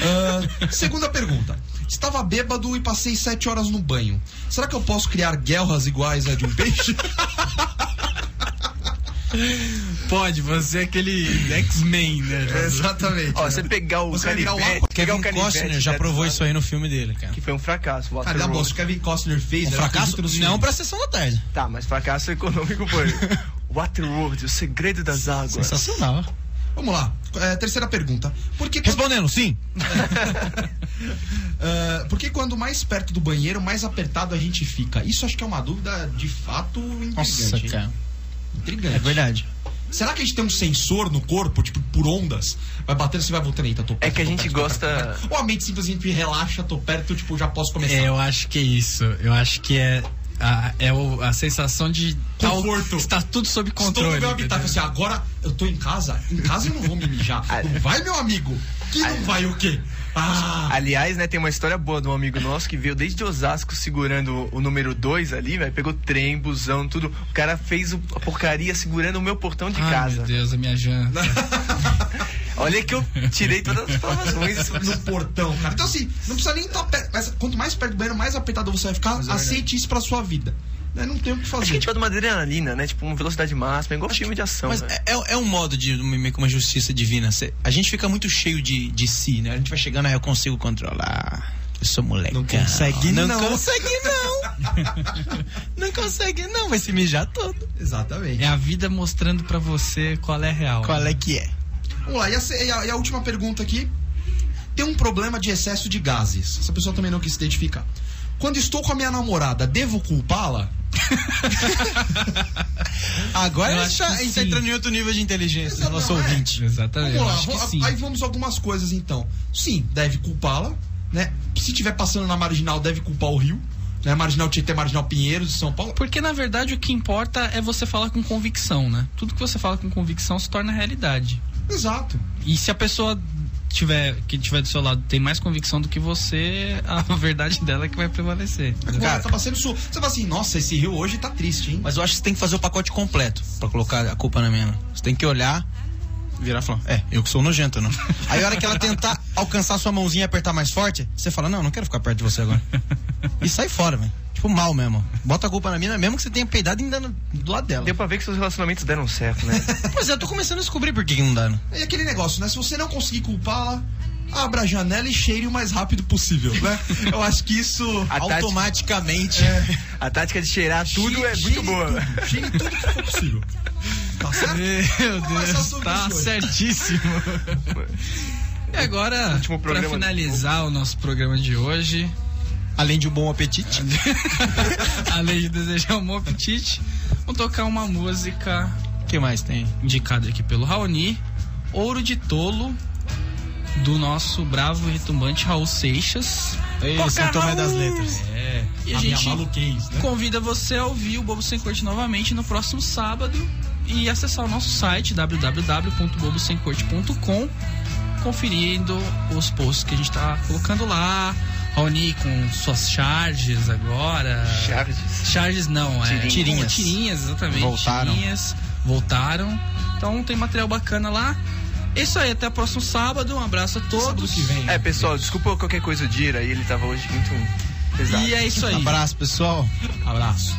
Speaker 2: Ah, segunda pergunta. Estava bêbado e passei sete horas no banho. Será que eu posso criar guerras iguais a de um peixe?
Speaker 1: Pode, você é aquele X-Men, né?
Speaker 3: É,
Speaker 2: Exatamente.
Speaker 3: né?
Speaker 4: Ó, você pegar o
Speaker 2: Você vai virar o
Speaker 4: canivete.
Speaker 2: Aquaman.
Speaker 4: pegar
Speaker 3: Kevin
Speaker 4: o canivete
Speaker 3: Costner um já
Speaker 4: né,
Speaker 3: provou
Speaker 4: do-
Speaker 3: isso aí no filme dele, cara.
Speaker 4: Que foi um fracasso.
Speaker 2: Cara,
Speaker 4: Waterworld.
Speaker 2: na bolsa, o Kevin Costner fez.
Speaker 3: Um
Speaker 2: era
Speaker 3: fracasso?
Speaker 2: acredito nos
Speaker 3: Não
Speaker 2: filmes.
Speaker 3: pra sessão da tarde.
Speaker 4: Tá, mas fracasso econômico foi. Waterworld, o segredo das águas.
Speaker 3: Sensacional.
Speaker 2: Vamos lá. É, terceira pergunta. Por que, quando,
Speaker 3: Respondendo, sim.
Speaker 2: ah, por que quando mais perto do banheiro, mais apertado a gente fica? Isso acho que é uma dúvida de fato intrigante.
Speaker 3: Nossa,
Speaker 2: hein?
Speaker 3: cara.
Speaker 2: Intrigante.
Speaker 3: É verdade.
Speaker 2: Será que a gente tem um sensor no corpo, tipo, por ondas? Vai batendo, você vai voltando aí, tá, tô perto,
Speaker 4: É que a
Speaker 2: tô
Speaker 4: gente
Speaker 2: perto, tô perto,
Speaker 4: gosta-
Speaker 2: tô perto. Ou a mente simplesmente relaxa, tô perto, tipo, já posso começar.
Speaker 1: É, eu acho que é isso. Eu acho que é a, é o- a sensação de tá o-
Speaker 2: Conforto.
Speaker 1: está tudo sob
Speaker 2: Estou
Speaker 1: controle.
Speaker 2: no meu
Speaker 3: né?
Speaker 2: habitat.
Speaker 1: entendeu?
Speaker 2: Assim, agora eu tô em casa. Em casa eu não vou me mijar. não vai, meu amigo? Que não vai o quê? Ah,
Speaker 4: Aliás, né, tem uma história boa de um amigo nosso que veio desde Osasco segurando o número 2 ali, velho. Pegou trem, busão, tudo. O cara fez o- a porcaria segurando o meu portão de
Speaker 1: Ai,
Speaker 4: casa.
Speaker 1: meu Deus, a minha janta.
Speaker 4: Olha que eu tirei todas as palavras ruins.
Speaker 2: no portão, cara. Então assim, não precisa nem estar perto. Mas quanto mais perto do banheiro, mais apertado você vai ficar.
Speaker 1: é
Speaker 2: aceite isso pra sua vida. Né, Não tem o que fazer.
Speaker 4: Acho que a gente
Speaker 1: tipo,
Speaker 4: vai de uma adrenalina, né? Tipo, uma velocidade máxima, igual filme de ação. né.
Speaker 3: Mas
Speaker 4: velho.
Speaker 3: é, é- é um modo de uma- meio que uma justiça divina. Cê- a gente fica muito cheio de, de si, né? A gente vai chegando, ah, eu consigo controlar. Eu sou moleque. Não consegue, não. Não consegue, não. não consegue, não. Vai se mijar todo.
Speaker 2: Exatamente.
Speaker 1: É a vida mostrando pra você qual é a real.
Speaker 3: Qual é que é?
Speaker 2: Vamos lá, e a, se- e a- e a última pergunta aqui. Tem um problema de excesso de gases. Essa pessoa também não quis se identificar. Quando estou com a minha namorada, devo culpá-la?
Speaker 3: Agora
Speaker 1: Eu
Speaker 3: a gente,
Speaker 1: acho
Speaker 3: tá,
Speaker 1: que
Speaker 3: a gente tá
Speaker 1: sim.
Speaker 3: entrando em outro nível de inteligência,
Speaker 2: Exato,
Speaker 3: nosso
Speaker 2: não é?
Speaker 3: ouvinte.
Speaker 1: Exatamente.
Speaker 2: Vamos
Speaker 1: eu
Speaker 2: lá,
Speaker 1: acho que
Speaker 2: vo-
Speaker 1: sim.
Speaker 2: aí vamos algumas coisas então. Sim, deve culpá-la, né? Se tiver passando na marginal, deve culpar o Rio, né? Marginal Tietê, Marginal Pinheiros de São Paulo.
Speaker 1: Porque na verdade o que importa é você falar com convicção, né? Tudo que você fala com convicção se torna realidade.
Speaker 2: Exato.
Speaker 1: E se a pessoa tiver que tiver do seu lado tem mais convicção do que você, a verdade dela é que vai prevalecer.
Speaker 2: Agora acaba sendo sua. tá Você fala assim, nossa, esse Rio hoje tá triste, hein?
Speaker 3: Mas eu acho que você tem que fazer o pacote completo pra colocar a culpa na minha. Você tem que olhar, virar e falar, é, eu que sou nojento, não. Aí a hora que ela tentar alcançar sua mãozinha e apertar mais forte, você fala, não, não quero ficar perto de você agora. E sai fora, velho. Tipo, mal mesmo. Bota a culpa na mina, mesmo que você tenha peidado ainda no- do lado dela.
Speaker 4: Deu pra ver que seus relacionamentos deram certo, né?
Speaker 3: Pois é, eu tô começando a descobrir por que que não dá, né?
Speaker 2: É aquele negócio, né? Se você não conseguir culpá-la, abra a janela e cheire o mais rápido possível, né? Eu acho que isso.
Speaker 4: A tática-
Speaker 3: Automaticamente.
Speaker 1: É.
Speaker 4: A tática de cheirar tudo é
Speaker 2: Cheire
Speaker 4: muito boa.
Speaker 2: tudo, Cheire tudo que for possível. Tá certo?
Speaker 1: Meu
Speaker 2: Vamos conversar sobre
Speaker 1: tá
Speaker 2: isso hoje.
Speaker 1: certíssimo. e agora,
Speaker 4: Último
Speaker 1: para
Speaker 4: programa.
Speaker 1: finalizar o nosso programa de hoje,
Speaker 3: Além de um bom apetite.
Speaker 1: além de desejar um bom apetite, vamos tocar uma música
Speaker 3: O que mais tem?
Speaker 1: indicada aqui pelo Raoni, Ouro de Tolo, do nosso bravo e retumbante Raul Seixas.
Speaker 3: Ei, São Tomé das Letras.
Speaker 1: É, e a, gente
Speaker 2: né?
Speaker 1: convida você a ouvir o Bobo Sem Corte novamente no próximo sábado e acessar o nosso site www.bobosemcorte.com conferindo os posts que a gente está colocando lá. Raoni com suas charges agora.
Speaker 4: Charges.
Speaker 1: Charges não, é.
Speaker 3: Tirinhas.
Speaker 1: Tirinhas, exatamente.
Speaker 3: Voltaram.
Speaker 1: Tirinhas, voltaram. Então tem material bacana lá. É Isso aí, até o próximo sábado. Um abraço a todos.
Speaker 2: que vem.
Speaker 4: É, pessoal, desculpa qualquer coisa de ir aí, ele tava hoje muito pesado.
Speaker 1: E é isso aí.
Speaker 3: Abraço, pessoal.
Speaker 2: Abraço.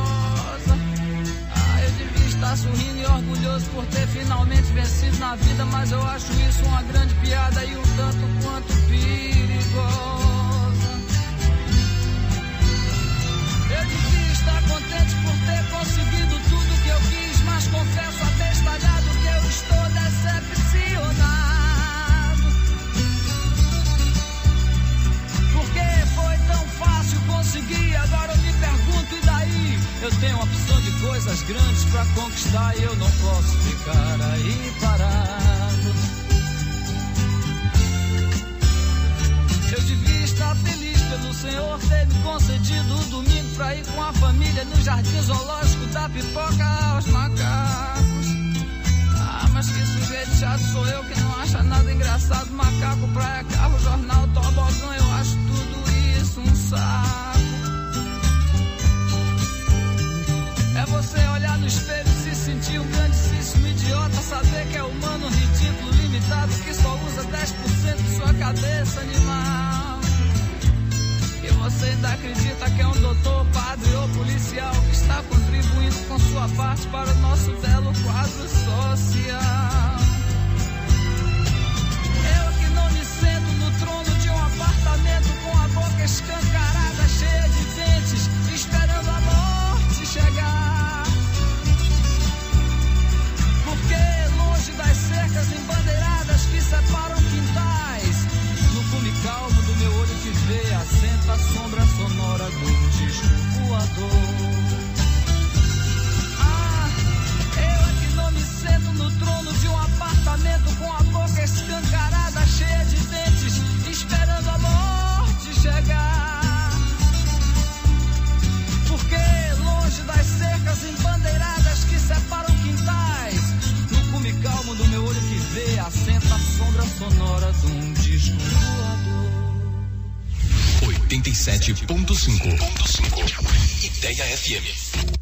Speaker 10: Ah, eu devia estar sorrindo e orgulhoso por ter finalmente vencido na vida, mas eu acho isso uma grande piada e um tanto quanto perigosa. Eu devia estar contente por ter conseguido tudo que eu quis, mas confesso abestalhado que eu estou decepcionado. Porque foi tão fácil conseguir, agora eu me pergunto, e daí? Eu tenho uma opção de coisas grandes pra conquistar e eu não posso ficar aí parado. Eu devia estar feliz pelo Senhor ter me concedido o domingo pra ir com a família no jardim zoológico da pipoca aos macacos. Ah, mas que sujeito chato sou eu que não acha nada engraçado. Macaco, praia, carro, jornal, tobogã, eu acho tudo isso um saco. É você olhar no espelho e se sentir um grandíssimo idiota. Saber que é humano, ridículo, limitado, que só usa 10% de sua cabeça animal. você ainda acredita que é um doutor, padre ou policial que está contribuindo com sua parte para o nosso belo quadro social. Eu que não me sento no trono de um apartamento com a boca escancarada, cheia de dentes, esperando a morte chegar. Porque longe das cercas embandeiradas que separam quintais, no fume calmo do meu olho que vê, assenta a sombra sonora do disco voador. Ah, eu é que não me sento no trono de um apartamento com a boca escancarada, cheia de dentes, esperando a morte chegar. Porque longe das cercas embandeiradas que separam quintais, no cume calmo do meu olho que vê, assenta a sombra sonora de um disco voador.
Speaker 11: 87.5. Ideia FM.